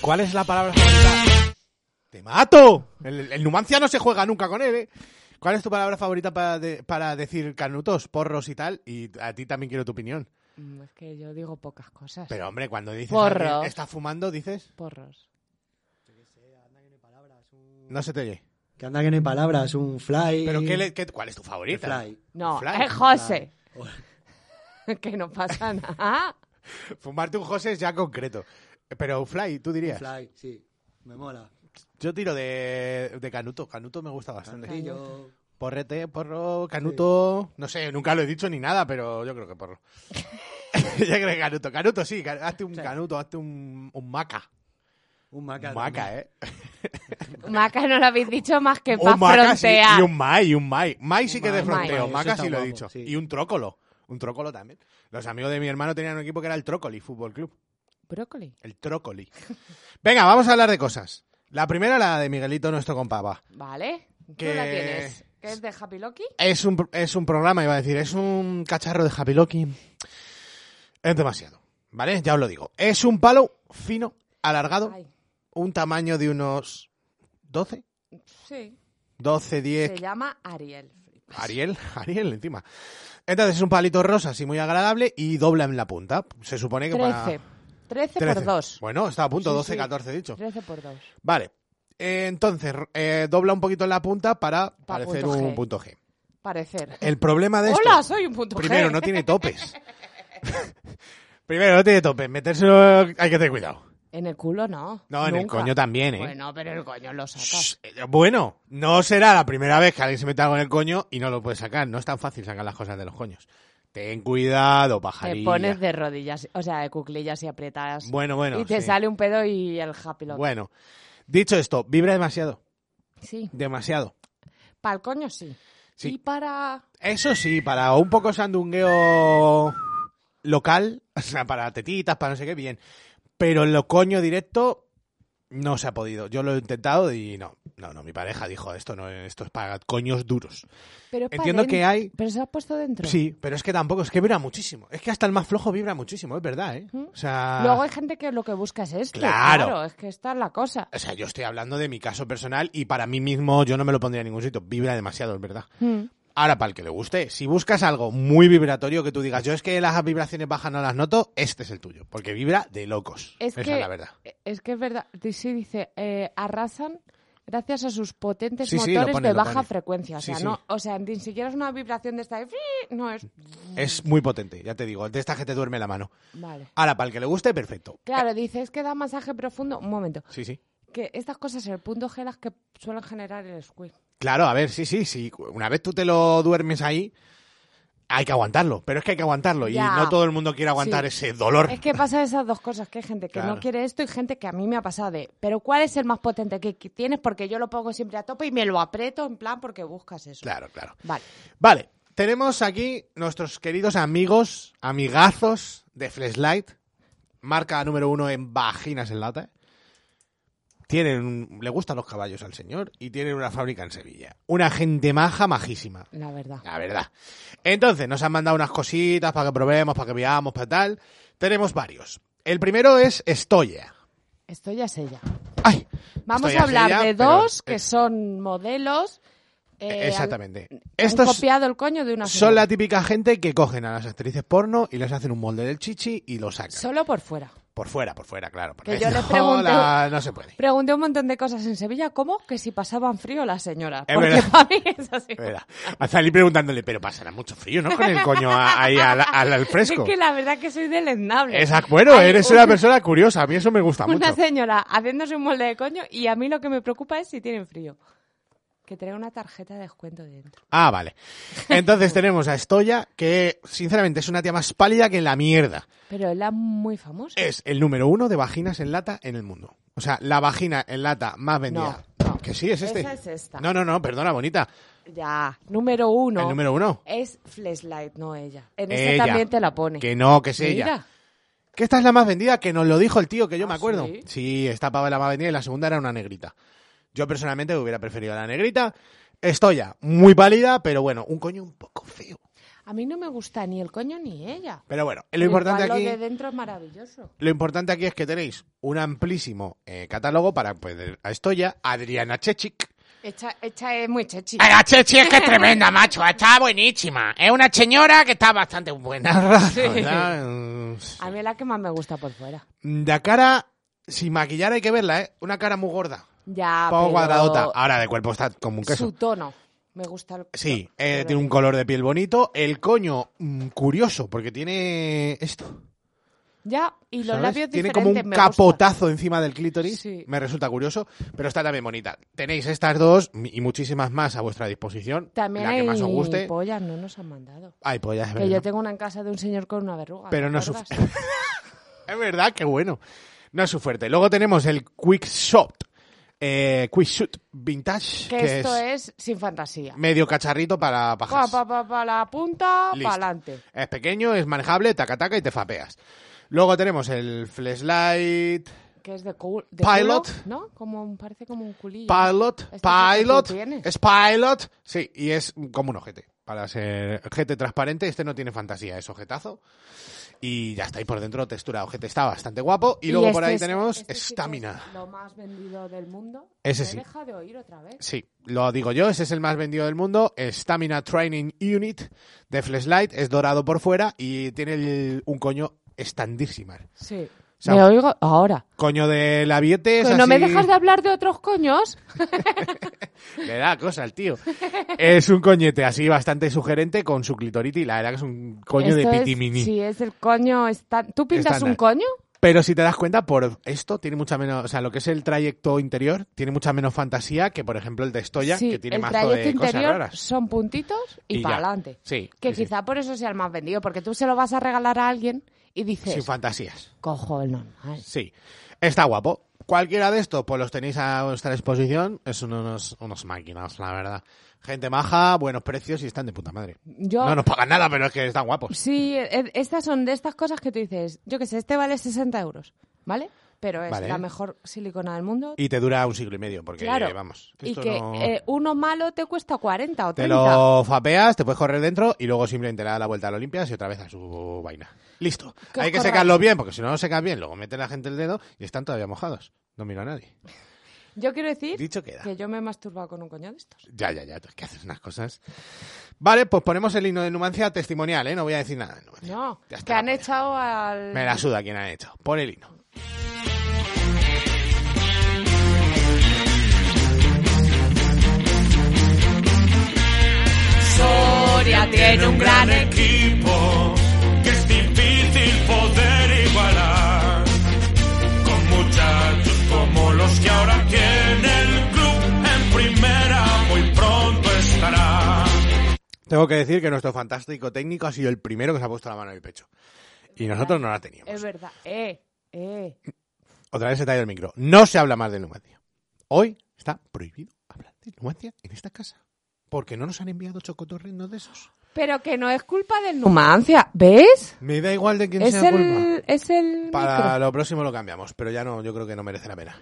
D: ¿Cuál es la palabra favorita? ¡Te mato! El, el Numancia no se juega nunca con él, ¿eh? ¿Cuál es tu palabra favorita para, de- para decir canutos, porros y tal? Y a ti también quiero tu opinión.
E: Mm, Es que yo digo pocas cosas.
D: Pero hombre, cuando dices
E: Porro.
D: "Alguien está fumando, dices,
E: Porros.
D: no se te oye.
J: Que anda que no hay palabras, un fly.
D: ¿Pero qué le- qué- cuál es tu
J: el
D: favorita?
J: fly.
E: No,
D: Fly.
E: es José. que no pasa nada.
D: Fumarte un José es ya concreto. Pero Fly, tú dirías.
J: Fly, sí. Me mola.
D: Yo tiro de, de Canuto. Canuto me gusta bastante.
J: Yo-
D: Porrete, porro, Canuto. No sé, nunca lo he dicho ni nada, pero yo creo que porro. yo creo que Canuto. Canuto sí, ca- hazte un Canuto, hazte un, un maca.
J: Un maca.
D: Un maca, ¿eh?
E: Maca no lo habéis dicho más que para
D: un Oh, maca sí,
E: frontear.
D: y un mai, y un mai. Mai sí
J: Un
D: que de
J: mai, mai,
D: fronteo,
J: eso
D: maca
J: está
D: sí lo he
J: guapo,
D: dicho.
J: sí.
D: Y un trócolo. Un trócolo también. Los amigos de mi hermano tenían un equipo que era el Trócoli Fútbol Club.
E: Brócoli.
D: El trócoli. Venga, vamos a hablar de cosas. La primera, la de Miguelito, nuestro compava.
E: Vale.
D: Que-
E: ¿Tú la tienes? ¿Que es de Happy Loki?
D: Es un, pro- es un programa, iba a decir, es un cacharro de Happy Loki. Es demasiado, ¿vale? Ya os lo digo. Es un palo fino, alargado,
E: Ay,
D: un tamaño de unos 12,
E: sí.
D: 12, 10,
E: Se llama Ariel.
D: Ariel, Ariel encima. Entonces es un palito rosa, así muy agradable y dobla en la punta. Se supone que para...
E: 13. 13 por
D: 13.
E: 2.
D: Bueno, está a punto,
E: Sí,
D: 12,
E: sí.
D: 14 he dicho.
E: 13 por 2.
D: Vale. Eh, entonces, r- eh, dobla un poquito en la punta para
E: Pa'
D: parecer
E: punto G.
D: un punto G.
E: Parecer.
D: El problema de esto.
E: Hola, soy un punto G.
D: Primero, no tiene topes. primero, no tiene topes. Metérselo hay que tener cuidado.
E: En el culo no.
D: No, en el
E: Nunca.
D: coño también, ¿eh?
E: Bueno, pero el coño lo sacas.
D: Shh, eh, Bueno, no será la primera vez que alguien se meta algo en el coño y no lo puede sacar. No es tan fácil sacar las cosas de los coños. Ten cuidado,
E: Te
D: pajarilla.
E: pones de rodillas, o sea, de cuclillas y aprietas.
D: Bueno, bueno.
E: y te
D: sí.
E: sale un pedo y el happy lock.
D: Bueno, dicho esto, vibra demasiado.
E: Sí.
D: Demasiado.
E: Para el coño sí.
D: Sí.
E: Y para.
D: Eso sí, para un poco sandungueo local, o sea, para tetitas, para no sé qué, bien. Pero en lo coño directo no se ha podido. Yo lo he intentado y no, no, no, mi pareja dijo, esto no, esto es para coños duros.
E: Pero es pa'
D: Entiendo
E: dentro.
D: que hay-
E: Pero se lo has puesto dentro.
D: Sí, pero es que tampoco, es que vibra muchísimo. Es que hasta el más flojo vibra muchísimo, es verdad, ¿eh? O sea...
E: Luego hay gente que lo que busca es esto.
D: Claro.
E: es que esta es la cosa.
D: O sea, yo estoy hablando de mi caso personal y para mí mismo yo no me lo pondría en ningún sitio. Vibra demasiado, es verdad.
E: Mm.
D: Ahora, para el que le guste, si buscas algo muy vibratorio que tú digas, yo es que las vibraciones bajas no las noto, este es el tuyo. Porque vibra de locos.
E: Es
D: Esa
E: que,
D: es la verdad.
E: Eh, Es que es verdad. Sí, dice, eh, arrasan gracias a sus potentes
D: Sí, sí,
E: motores
D: lo pone,
E: de
D: lo
E: baja
D: pone.
E: frecuencia. O
D: Sí,
E: sea,
D: sí.
E: no, o sea, ni siquiera es una vibración de esta de... No es...
D: Es muy potente, ya te digo. De esta que te duerme la mano.
E: Vale.
D: Ahora, para el que le guste, perfecto.
E: Claro, dice, es que da masaje profundo. Un momento.
D: Sí, sí.
E: Que estas cosas en el punto G las que suelen generar el squid.
D: Claro, a ver, sí, sí, sí. Una vez tú te lo duermes ahí, hay que aguantarlo. Pero es que hay que aguantarlo.
E: Ya.
D: Y no todo el mundo quiere aguantar
E: Sí.
D: ese dolor.
E: Es que pasa esas dos cosas, que hay gente que
D: Claro.
E: no quiere esto y gente que a mí me ha pasado de, pero ¿cuál es el más potente que que tienes? Porque yo lo pongo siempre a tope y me lo aprieto en plan porque buscas eso.
D: Claro, claro.
E: Vale.
D: Vale, tenemos aquí nuestros queridos amigos, amigazos de Fleshlight, marca número uno en vaginas en lata. Tienen, un- le gustan los caballos al señor y tienen una fábrica en Sevilla. Una gente maja, majísima.
E: La verdad.
D: La verdad. Entonces, nos han mandado unas cositas para que probemos, para que veamos, para tal. Tenemos varios. El primero es Estoya.
E: Esto ya sé ya.
D: Ay,
E: Vamos
D: Estoya
E: a hablar
D: sería,
E: de
D: pero-
E: dos que
D: eh,
E: son modelos. eh,
D: Exactamente.
E: han- Han
D: Estos
E: copiado el coño de una
D: son
E: serie.
D: la típica gente que cogen a las actrices porno y les hacen un molde del chichi y lo sacan.
E: Solo por fuera.
D: Por fuera, por fuera, claro. porque
E: Que yo les
D: no,
E: pregunté-
D: la- no se puede.
E: Pregunté un montón de cosas en Sevilla, como que si pasaban frío las señoras.
D: Es
E: porque
D: verdad.
E: para mí es así.
D: Era. A salir preguntándole, pero pasará mucho frío, ¿no? Con el coño a- ahí al, al- al fresco.
E: Es que la verdad que soy deleznable.
D: Esa- bueno,
E: Hay
D: eres
E: un-
D: una persona curiosa, a mí eso me gusta
E: Una
D: mucho.
E: señora haciéndose un molde de coño y a mí lo que me preocupa es si tienen frío. Que traiga una tarjeta de descuento dentro.
D: Ah, vale. Entonces tenemos a Estoya, que sinceramente es una tía más pálida que la mierda.
E: Pero es la muy famosa.
D: Es el número uno de vaginas en lata en el mundo. O sea, la vagina en lata más vendida.
E: No, no.
D: Que sí, es este.
E: Esa es esta.
D: No, no, no, perdona, bonita.
E: Ya, número uno.
D: El número uno.
E: Es Fleshlight, no ella. En esta
D: Ella.
E: también te la pone.
D: Que no, que es ella.
E: Mira,
D: Que esta es la más vendida, que nos lo dijo el tío, que yo
E: ¿Ah,
D: me acuerdo.
E: sí?
D: Sí, esta pava es la más vendida y la segunda era una negrita. Yo personalmente hubiera preferido la negrita. Estoya, muy pálida, pero bueno, un coño un poco feo.
E: a mí no me gusta ni el coño ni ella.
D: Pero bueno,
E: Pero
D: lo importante
E: igual
D: aquí,
E: Lo de dentro es maravilloso.
D: lo importante pues, aquí es que tenéis un amplísimo eh, catálogo para poder a Estoya, Adriana Chechik,
E: Esta, esta es muy chechi.
K: Ay, La Chechi es que es tremenda, macho. Está buenísima. Es una señora que está bastante buena.
E: Sí.
D: ¿Verdad? Mm,
E: A mí es la que más me gusta por fuera.
D: La cara, sin maquillar hay que verla, ¿eh? Una cara muy gorda.
E: Ya,
D: Un poco
E: Ah, pero
D: cuadradota. ah, Ahora de cuerpo está como un queso.
E: Su tono. Me gusta el
D: Sí, eh, tiene un color de piel bonito. El coño, mm, curioso, porque tiene esto.
E: Ya, y los
D: ¿sabes?
E: labios
D: Tiene
E: diferentes
D: como un
E: me gustan.
D: capotazo encima del clítoris.
E: Sí.
D: Me resulta curioso, pero está también bonita. Tenéis estas dos mi- y muchísimas más a vuestra disposición.
E: También
D: la que
E: hay
D: más os guste.
E: pollas, no nos han mandado.
D: Ay, pues ya es
E: Que
D: verdad.
E: yo tengo una en casa de un señor con una verruga.
D: Pero
E: ¿te
D: no es su-
E: acuerdas?
D: Es verdad, qué bueno. No es su fuerte. Luego tenemos el Quick Shot. Eh, quick Shoot Vintage, que,
E: Que esto
D: es,
E: es sin fantasía.
D: medio cacharrito para
E: Pa,
D: pajas.
E: pa, pa, pa la punta,
D: Listo.
E: para adelante.
D: Es pequeño, es manejable, taca taca y te fapeas. Luego tenemos el Flashlight
E: Que es de, cu- de
D: Pilot.
E: culo, ¿no? Como un- parece como un culillo.
D: Pilot,
E: Este es el que tú
D: Pilot,
E: tienes.
D: es Pilot, sí, y es como un ojete. Para ser ojete transparente, este no tiene fantasía, es ojetazo. Y ya está, y por dentro textura de ojete está bastante guapo. Y, luego por
E: este
D: ahí
E: es-
D: tenemos
E: este sí que
D: Stamina.
E: es lo más vendido del mundo.
D: Ese
E: Me
D: sí.
E: deja de oír otra vez.
D: Sí, lo digo yo, ese es el más vendido del mundo. Stamina Training Unit de Flashlight, es dorado por fuera y tiene el- un coño estandísima. O
E: Sí.
D: sea,
E: me oigo ahora.
D: coño de la viete
E: Que Pues no me dejas de hablar de otros coños.
D: Le da cosa al tío. Es un coñete así bastante sugerente con su clitoriti. La verdad que es un coño
E: Esto
D: de
E: es-
D: pitimini.
E: sí, es el coño. esta- ¿Tú pintas
D: Estándar.
E: un coño?
D: Pero si te das cuenta, por esto tiene mucha menos. O sea, lo que es el trayecto interior tiene mucha menos fantasía que, por ejemplo, el de Estoya,
E: sí,
D: que tiene
E: el
D: más
E: trayecto
D: de cosas
E: interior
D: raras.
E: son puntitos y,
D: Y ya.
E: para adelante.
D: Sí,
E: Que
D: sí, sí.
E: quizá por eso sea el más vendido, porque tú se lo vas a regalar a alguien y
D: Sin
E: dices,
D: fantasías.
E: cojo el normal.
D: Sí. Está guapo. Cualquiera de estos, pues los tenéis a vuestra disposición. Es unos, unos máquinas, la verdad. Gente maja, buenos precios y están de puta madre.
E: Yo,
D: No nos pagan nada, pero es que están guapos.
E: Sí, e- estas son de estas cosas que tú dices, yo qué sé, este vale 60 euros, ¿vale? Pero es
D: Vale.
E: la mejor silicona del mundo.
D: Y te dura un siglo y medio, porque
E: claro.
D: eh, vamos.
E: y
D: esto
E: que
D: no-
E: eh, uno malo te cuesta 40 o
D: Te
E: 30.
D: lo fapeas, te puedes correr dentro y luego simplemente le das la vuelta, lo limpias y otra vez a su vaina. Listo.
E: Que os
D: Hay que
E: corráis.
D: secarlo bien, porque si no lo secas bien, luego mete la gente el dedo y están todavía mojados. No miro a nadie.
E: Yo quiero decir
D: Dicho queda.
E: que yo me he masturbado con un coño de estos.
D: Ya, ya, ya, tú es que haces unas cosas. Vale, pues ponemos el himno de Numancia testimonial, ¿eh? No voy a decir nada de Numancia.
E: No,
D: Ya está
E: que
D: la
E: han
D: polla.
E: echado al...
D: Me la suda quien ha hecho. Pon el himno.
H: Soria tiene un gran
L: equipo que es difícil poder igualar. Con muchachos como los que ahora tiene el club en primera muy pronto estará.
D: Tengo que decir que nuestro fantástico técnico ha sido el primero que se ha puesto la mano en el pecho. Y nosotros no la teníamos.
E: Es verdad, eh, eh.
D: Otra vez se te ha ido el micro. No se habla más de Numancia. Hoy está prohibido hablar de Numancia en esta casa. Porque no nos han enviado chocotorrenos de esos.
E: Pero que no es culpa del Numancia, ¿ves?
D: Me da igual de quién
E: Es
D: sea culpa.
E: el, es el
D: Para
E: micro.
D: lo próximo lo cambiamos, pero ya no, yo creo que no merece la pena.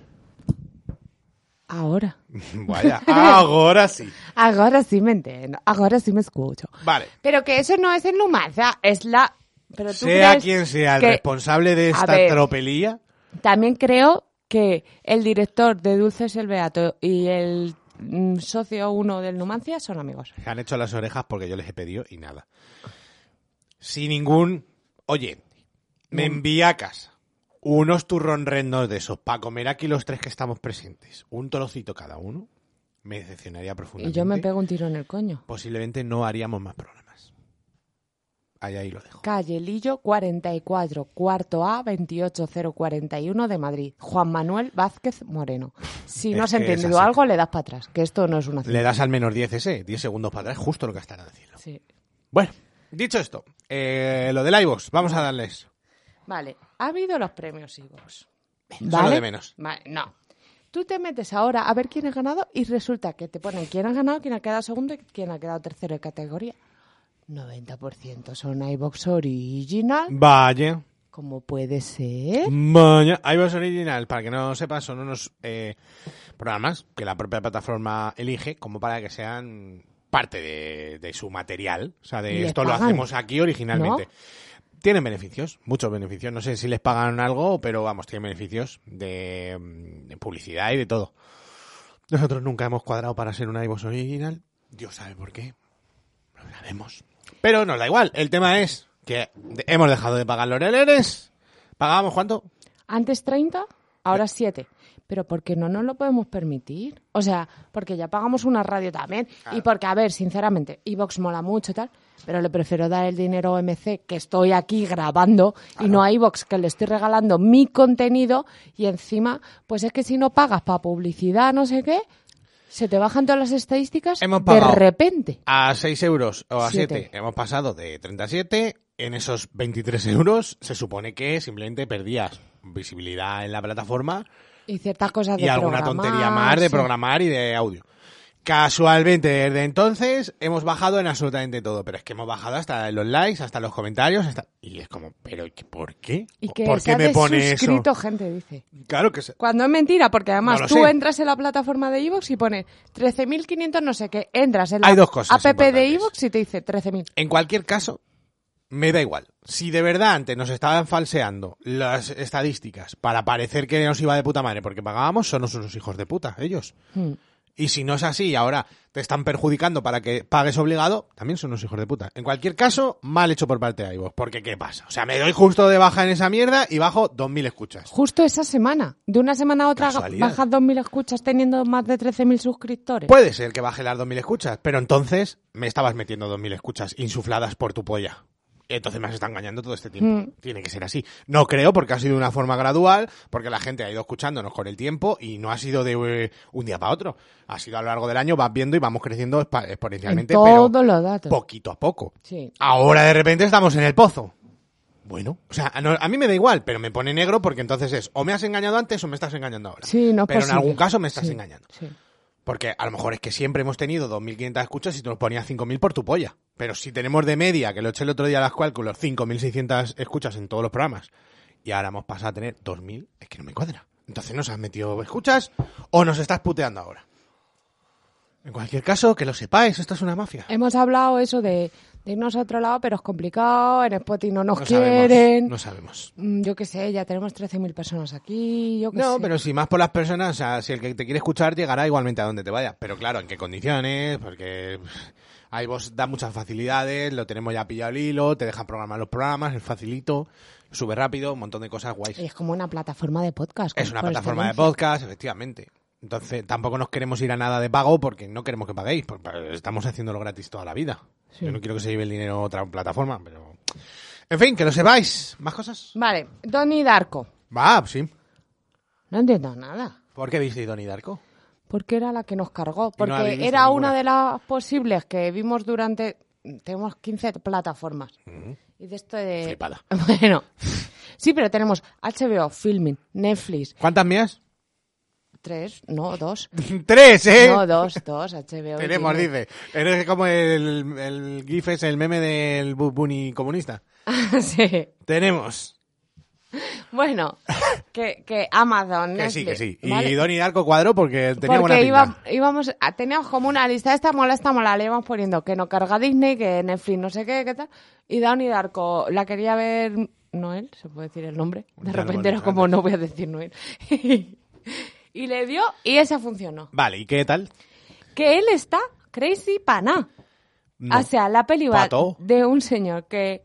E: Ahora.
D: Vaya, ahora sí.
E: Ahora sí me entiendo, ahora sí me escucho.
D: Vale.
E: Pero que eso no es el Numancia, es la... Pero tú
D: Sea
E: crees
D: quien sea el
E: que-
D: responsable de
E: A
D: esta
E: ver.
D: tropelía,
E: También creo que el director de Dulces el Beato y el mm, socio uno del Numancia son amigos.
D: se han hecho las orejas porque yo les he pedido y nada. Sin ningún. Oye, me envía a casa unos turronrenos de esos para comer aquí los tres que estamos presentes. Un trocito cada uno. Me decepcionaría
E: Y
D: profundamente.
E: yo me pego un tiro en el coño.
D: Posiblemente no haríamos más programas. Ahí, ahí lo dejo.
E: Calle Lillo 44, cuarto A 28041 de Madrid. Juan Manuel Vázquez Moreno. Si
D: Es
E: no has
D: que es
E: entendido
D: así.
E: algo, le das para atrás, que esto no es una
D: Le
E: cita.
D: das al menos 10 ese, 10 segundos para atrás, justo lo que estará diciendo.
E: Sí.
D: Bueno, dicho esto, eh, lo del iVoox, vamos a darles.
E: Vale, ha habido los premios Ivox.
D: Solo de menos.
E: Vale, no. Tú te metes ahora a ver quién ha ganado y resulta que te ponen quién ha ganado, quién ha quedado segundo y quién ha quedado tercero de categoría. 90% son iBox Original.
D: Vaya.
E: ¿Cómo puede ser?
D: Vaya. iVoox Original, para que no lo sepas, son unos eh, programas que la propia plataforma elige como para que sean parte de, de su material. O sea, de
E: ¿Les
D: esto lo
E: pagan?
D: hacemos aquí originalmente. Tienen beneficios, muchos beneficios. No sé si les pagan algo, pero vamos, tienen beneficios de, mm, de publicidad y de todo. Nosotros nunca hemos cuadrado para ser una voz original. Dios sabe por qué. No sabemos. Pero nos da igual. El tema es que de- hemos dejado de pagar los LRs. ¿Pagábamos cuánto?
E: Antes 30, ahora 7. Pero porque no nos lo podemos permitir. O sea, porque ya pagamos una radio también. Y porque, a ver, sinceramente, Evox mola mucho y tal. Pero le prefiero dar el dinero a OMC, que estoy aquí grabando, y no a Evox, que le estoy regalando mi contenido. Y encima, pues es que si no pagas para publicidad, no sé qué, se te bajan todas las estadísticas
D: Hemos
E: de
D: pagado.
E: repente.
D: A 6 euros o a
E: Siete.
D: 7. Hemos pasado de 37. En esos 23 euros se supone que simplemente perdías visibilidad en la plataforma
E: Y ciertas cosas de
D: y alguna
E: programar,
D: tontería más de
E: sí.
D: programar y de audio. Casualmente, desde entonces hemos bajado en absolutamente todo, pero es que hemos bajado hasta los likes, hasta los comentarios, hasta... y es como, ¿pero qué- por qué?
E: Y que
D: ¿Por
E: se
D: qué
E: ha
D: me pone eso?
E: desuscrito gente, dice.
D: Claro que se...
E: Cuando es mentira, porque además
D: No lo
E: tú
D: sé.
E: entras en la plataforma de Evox y pones 13.500 no sé qué, entras en la
D: Hay dos cosas
E: app de Evox y te dice 13.000.
D: En cualquier caso, me da igual. Si de verdad antes nos estaban falseando las estadísticas para parecer que nos iba de puta madre porque pagábamos, son unos hijos de puta, ellos.
E: Hmm.
D: Y si no es así y ahora te están perjudicando para que pagues obligado, también son unos hijos de puta. En cualquier caso, mal hecho por parte de iVoox. Porque ¿qué pasa? O sea, me doy justo de baja en esa mierda y bajo 2.000 escuchas.
E: Justo esa semana, de una semana a otra
D: Casualidad. Pues,
E: bajas 2.000 escuchas teniendo más de 13.000 suscriptores.
D: Puede ser que baje las 2.000 escuchas, pero entonces me estabas metiendo 2.000 escuchas insufladas por tu polla. Entonces me has estado engañando todo este tiempo.
E: Mm.
D: Tiene que ser así. No creo, porque ha sido de una forma gradual, porque la gente ha ido escuchándonos con el tiempo y no ha sido de eh, un día para otro. Ha sido a lo largo del año, vas viendo y vamos creciendo expa-
E: en
D: exponencialmente, pero
E: todos los datos.
D: poquito a poco.
E: Sí.
D: Ahora de repente estamos en el pozo. Bueno, o sea, no- a mí me da igual, pero me pone negro porque entonces es o me has engañado antes o me estás engañando ahora.
E: Sí, no es
D: pero en
E: posible.
D: algún caso me estás
E: Sí,
D: engañando.
E: sí.
D: Porque a lo mejor es que siempre hemos tenido 2.500 escuchas y tú nos ponías 5.000 por tu polla. Pero si tenemos de media, que lo eché el otro día a las cálculos, 5.600 escuchas en todos los programas y ahora hemos pasado a tener 2.000, es que no me cuadra. Entonces nos has metido escuchas o nos estás puteando ahora. En cualquier caso, que lo sepáis, esto es una mafia.
E: Hemos hablado eso de, de irnos a otro lado, pero es complicado, en Spotify no nos
D: No sabemos,
E: quieren.
D: no sabemos.
E: Mm, Yo qué sé, ya tenemos 13.000 personas aquí, yo qué
D: No,
E: sé.
D: pero si más por las personas, o sea, si el que te quiere escuchar llegará igualmente a donde te vaya. Pero claro, ¿en qué condiciones? Porque ahí vos da muchas facilidades, lo tenemos ya pillado el hilo, te dejan programar los programas, es facilito, sube rápido, un montón de cosas guays.
E: Y es como una plataforma de podcast.
D: Es una
E: Eh, por
D: plataforma de
E: excelencia.
D: podcast, efectivamente. Entonces, tampoco nos queremos ir a nada de pago porque no queremos que paguéis, porque eh, estamos haciéndolo gratis toda la vida.
E: Sí.
D: Yo no quiero que se lleve el dinero a otra plataforma, pero... En fin, que lo sepáis. ¿Más cosas?
E: Vale, Donnie Darko.
D: Va, sí.
E: No entiendo nada.
D: ¿Por qué viste Donnie Darko?
E: Porque era la que nos cargó.
D: Y no la habéis
E: Porque
D: visto
E: era
D: ninguna.
E: una de las posibles que vimos durante. Tenemos 15 plataformas. Y de esto de.
D: Flipada.
E: Bueno. Sí, pero tenemos HBO, Filming, Netflix.
D: ¿Cuántas mías?
E: Tres, no, dos.
D: Tres, ¿eh?
E: No, dos, dos, HBO. y
D: Tenemos,
E: Filmin.
D: dice. Eres como el, el GIF es el meme del Bu- Bunny comunista.
E: sí.
D: Tenemos.
E: Bueno, que, que Amazon.
D: Que sí, que sí.
E: Netflix,
D: Y
E: ¿vale?
D: Donnie Darko cuadró porque tenía buena
E: Porque
D: pinta.
E: iba- íbamos, a- teníamos como una lista, esta mola, esta mola, le íbamos poniendo que no carga Disney, que Netflix no sé qué, qué tal. Y Downey Darko, la quería ver Noel, se puede decir el nombre. De
D: Ya lo
E: repente era
D: manejaste.
E: como, no voy a decir Noel. y le dio, y esa funcionó.
D: Vale, ¿y qué tal?
E: Que él está crazy pana.
D: No.
E: O sea, la peli va
D: Pato.
E: de un señor que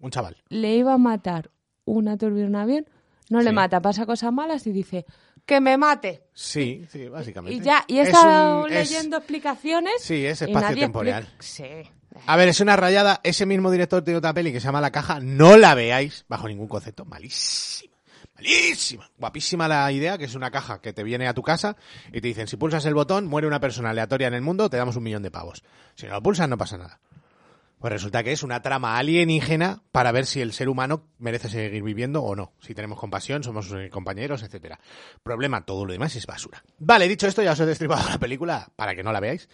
D: Un chaval.
E: le iba a matar una turbina un avión, no le
D: Sí.
E: mata, pasa cosas malas y dice, que me mate.
D: Sí, sí, básicamente.
E: Y ya, y he
D: Es
E: estado
D: un- es-
E: leyendo explicaciones.
D: Sí, es
E: y
D: espacio
E: nadie
D: temporal.
E: explica- Sí.
D: A ver, es una rayada. Ese mismo director tiene otra peli que se llama La Caja. No la veáis bajo ningún concepto. Malísima. Malísima. Guapísima la idea, que es una caja que te viene a tu casa y te dicen, si pulsas el botón, muere una persona aleatoria en el mundo, te damos un millón de pavos. Si no lo pulsas, no pasa nada. Pues resulta que es una trama alienígena para ver si el ser humano merece seguir viviendo o no. Si tenemos compasión, somos eh, compañeros, etcétera. Problema, todo lo demás es basura. Vale, dicho esto, ya os he destripado la película para que no la veáis.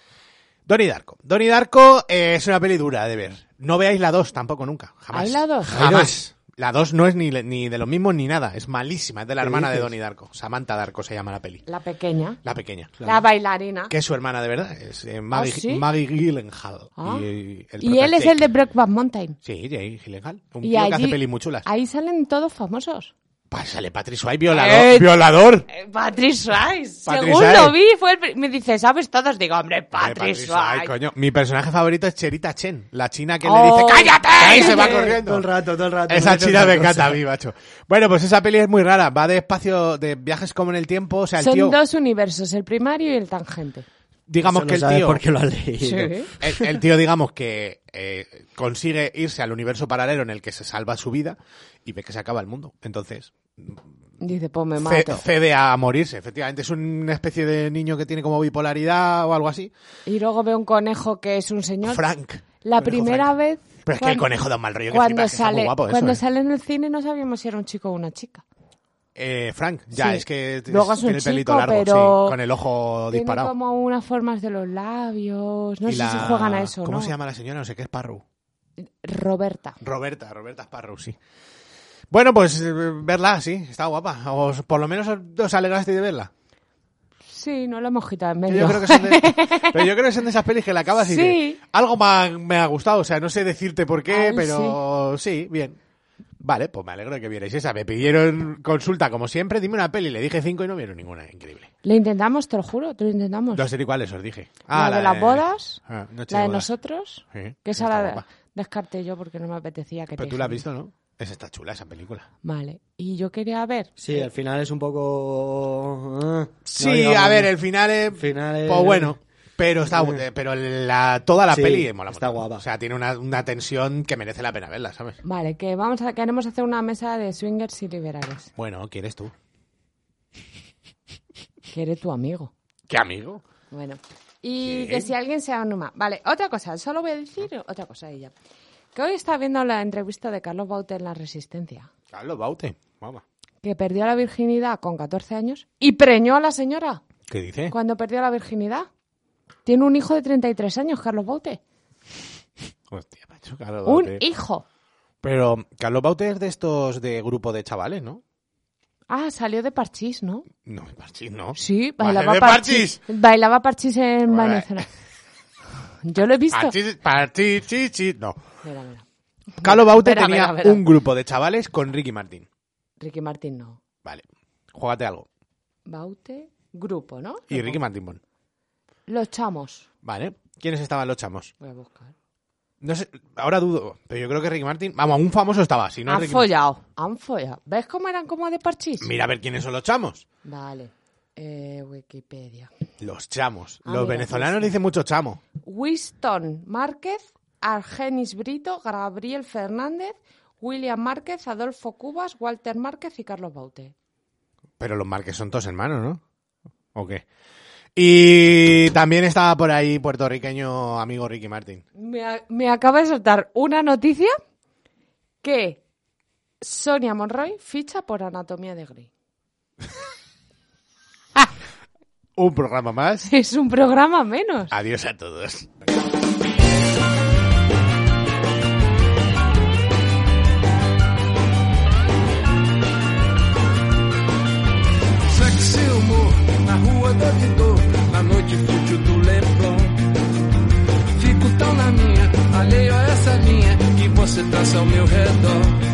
D: Donnie Darko. Donnie Darko eh, es una peli dura de ver. No veáis la 2 tampoco nunca. Jamás.
E: ¿Hay la dos? Hay
D: Jamás. La 2 no es ni, le- ni de los mismos ni nada. Es malísima. Es de la
E: ¿Qué
D: hermana de
E: dices?
D: Donnie Darko. Samantha Darko se llama la peli.
E: La pequeña,
D: La pequeña.
E: la bailarina.
D: Que es su hermana de verdad. Es eh, Maggie,
E: ¿Ah, ¿sí?
D: Maggie Gyllenhaal.
E: Ah.
D: Y, eh,
E: y él es
D: prota-
E: el de Breakfast Mountain.
D: Sí, Jay Gyllenhaal. Un
E: y
D: tío que
E: allí-
D: hace pelis muy chulas.
E: Ahí salen todos famosos.
D: Pásale, Patrick Swayze, violador. violador.
E: Eh, Patrick Swayze.
D: Patrick
E: Según
D: Swayze.
E: lo vi, fue el pri- me dice, ¿sabes todas? Digo, hombre, Patrick,
D: Patrick Swayze,
E: Swayze.
D: coño. Mi personaje favorito es Cherita Chen, la china que
E: Oh.
D: le dice ¡Cállate! Y se va
C: Eh,
D: corriendo.
C: Todo el rato, todo el rato.
D: Esa
C: dice
D: china
C: otra
D: me encanta
C: cosa.
D: a mí, macho. Bueno, pues esa peli es muy rara. Va de espacio, de viajes como en el tiempo. O sea, el
E: Son
D: tío,
E: dos universos, el primario y el tangente.
D: digamos
C: Eso
D: que
C: lo
D: el
C: sabes
D: tío...
C: porque lo has leído.
E: Sí.
D: El, el tío, digamos que eh, consigue irse al universo paralelo en el que se salva su vida y ve que se acaba el mundo. Entonces,
E: Dice, pues me
D: ce-
E: mato.
D: cede a morirse. Efectivamente, es una especie de niño que tiene como bipolaridad o algo así.
E: Y luego veo un conejo que es un señor.
D: Frank.
E: La
D: Conejo
E: primera
D: Frank.
E: vez.
D: Pero es que el conejo da un mal rollo que
E: cuando
D: flipas, que está muy
E: sale,
D: guapo eso,
E: cuando
D: eh.
E: sale en el cine no sabíamos si era un chico o una chica.
D: Eh, Frank, ya,
E: Sí.
D: es que t-
E: Luego es un
D: tiene el pelito
E: chico,
D: largo,
E: pero
D: sí, con el ojo
E: Tiene
D: disparado.
E: como unas formas de los labios. No
D: Y
E: sé
D: la-
E: si juegan a eso,
D: ¿Cómo
E: ¿no?
D: se llama la señora? No sé qué, Sparrow.
E: Roberta.
D: Roberta, Roberta Sparrow, sí. Bueno, pues eh, verla, sí, está guapa. Os- por lo menos os, os alegrasteis de verla.
E: Sí, no lo hemos quitado en
D: Que
E: medio.
D: Yo creo que son de, pero yo creo que son de esas pelis que la acabas y
E: Sí.
D: dices, algo me ha, me ha gustado, o sea, no sé decirte por qué,
E: Al-
D: pero sí. bien. Vale, pues me alegro de que vierais esa. Me pidieron consulta, como siempre, dime una peli, le dije cinco y no vieron ninguna, increíble.
E: Lo intentamos, te lo juro, te lo intentamos.
D: No sé ni cuáles os dije.
E: Pues la, de las bodas,
D: ah, Noche
E: la
D: de
E: de
D: bodas.
E: nosotros,
D: Sí,
E: que esa
D: está
E: la
D: guapa.
E: descarté yo porque no me apetecía que
D: Pero
E: te
D: tú la has
E: dijera.
D: visto, ¿no? Esa está chula, esa película.
E: Vale, y yo quería ver.
C: Sí, al final es un
J: ¿eh?
C: poco... ah, no
D: Sí,
C: digamos-
D: a ver, el final es...
C: final es-
D: Pues bueno, pero está,
C: Eh.
D: pero la, toda la
C: Sí,
D: peli mola
C: está
D: mucho.
C: guapa.
D: O sea, tiene una, una tensión que merece la pena verla, ¿sabes?
E: Vale, que vamos a, queremos hacer una mesa de swingers y liberales.
D: Bueno, ¿quieres tú?
E: Que eres tu amigo.
D: ¿Qué amigo?
E: Bueno. Y
D: Bien.
E: que si alguien se anima. Vale, otra cosa, solo voy a decir
D: Ah.
E: otra cosa y ya. Que hoy estaba viendo la entrevista de Carlos Baute en La Resistencia,
D: Carlos Baute, mamá.
E: que perdió la virginidad con 14 años y preñó a la señora
D: ¿Qué dice?
E: cuando perdió la virginidad. Tiene un hijo de 33 años, Carlos Baute.
D: Hostia, macho, Carlos
E: Un
D: Baute.
E: hijo.
D: Pero Carlos Baute es de estos de grupo de chavales, ¿no?
E: Ah, salió de Parchís, ¿no?
D: No, de Parchís, ¿no?
E: Sí,
D: Va a ser
E: bailaba
D: de
E: Parchís.
D: Parchís.
E: Bailaba Parchís en
D: Vale.
E: Venezuela. Yo lo he visto.
D: Parchís, Parchís, sí, sí, no.
E: Mira, mira.
D: Carlos Baute
E: Espera,
D: tenía
E: espera, espera.
D: un grupo de chavales con Ricky Martín.
E: Ricky Martín no.
D: Vale, juégate algo.
E: Baute, grupo, ¿no?
D: Y Ricky Martín, bueno.
E: Los chamos.
D: Vale. ¿Quiénes estaban los chamos?
E: Voy a buscar.
D: No sé, ahora dudo, pero yo creo que Ricky Martin, vamos, un famoso estaba, si no
E: han
D: Ricky-
E: follado. Han follado. ¿Ves cómo eran como de parchís?
D: Mira a ver quiénes son los chamos.
E: Vale. Eh, Wikipedia.
D: Los chamos.
E: Ah,
D: los
E: mira,
D: venezolanos
E: sí, sí.
D: dicen mucho chamo.
E: Winston Márquez, Argenis Brito, Gabriel Fernández, William Márquez, Adolfo Cubas, Walter Márquez y Carlos Baute.
D: Pero los marques son todos hermanos, ¿no? ¿O qué? Y también estaba por ahí puertorriqueño amigo Ricky Martin.
E: Me, a- me acaba de soltar una noticia que Sonia Monroy ficha por Anatomía de Grey.
D: Un programa más.
E: Es un programa menos.
D: Adiós a todos.
A: Sexy humor na rua do editor, na noite fútil do Leblon. Fico tão na minha, alheio a essa linha que você traça ao meu redor. é um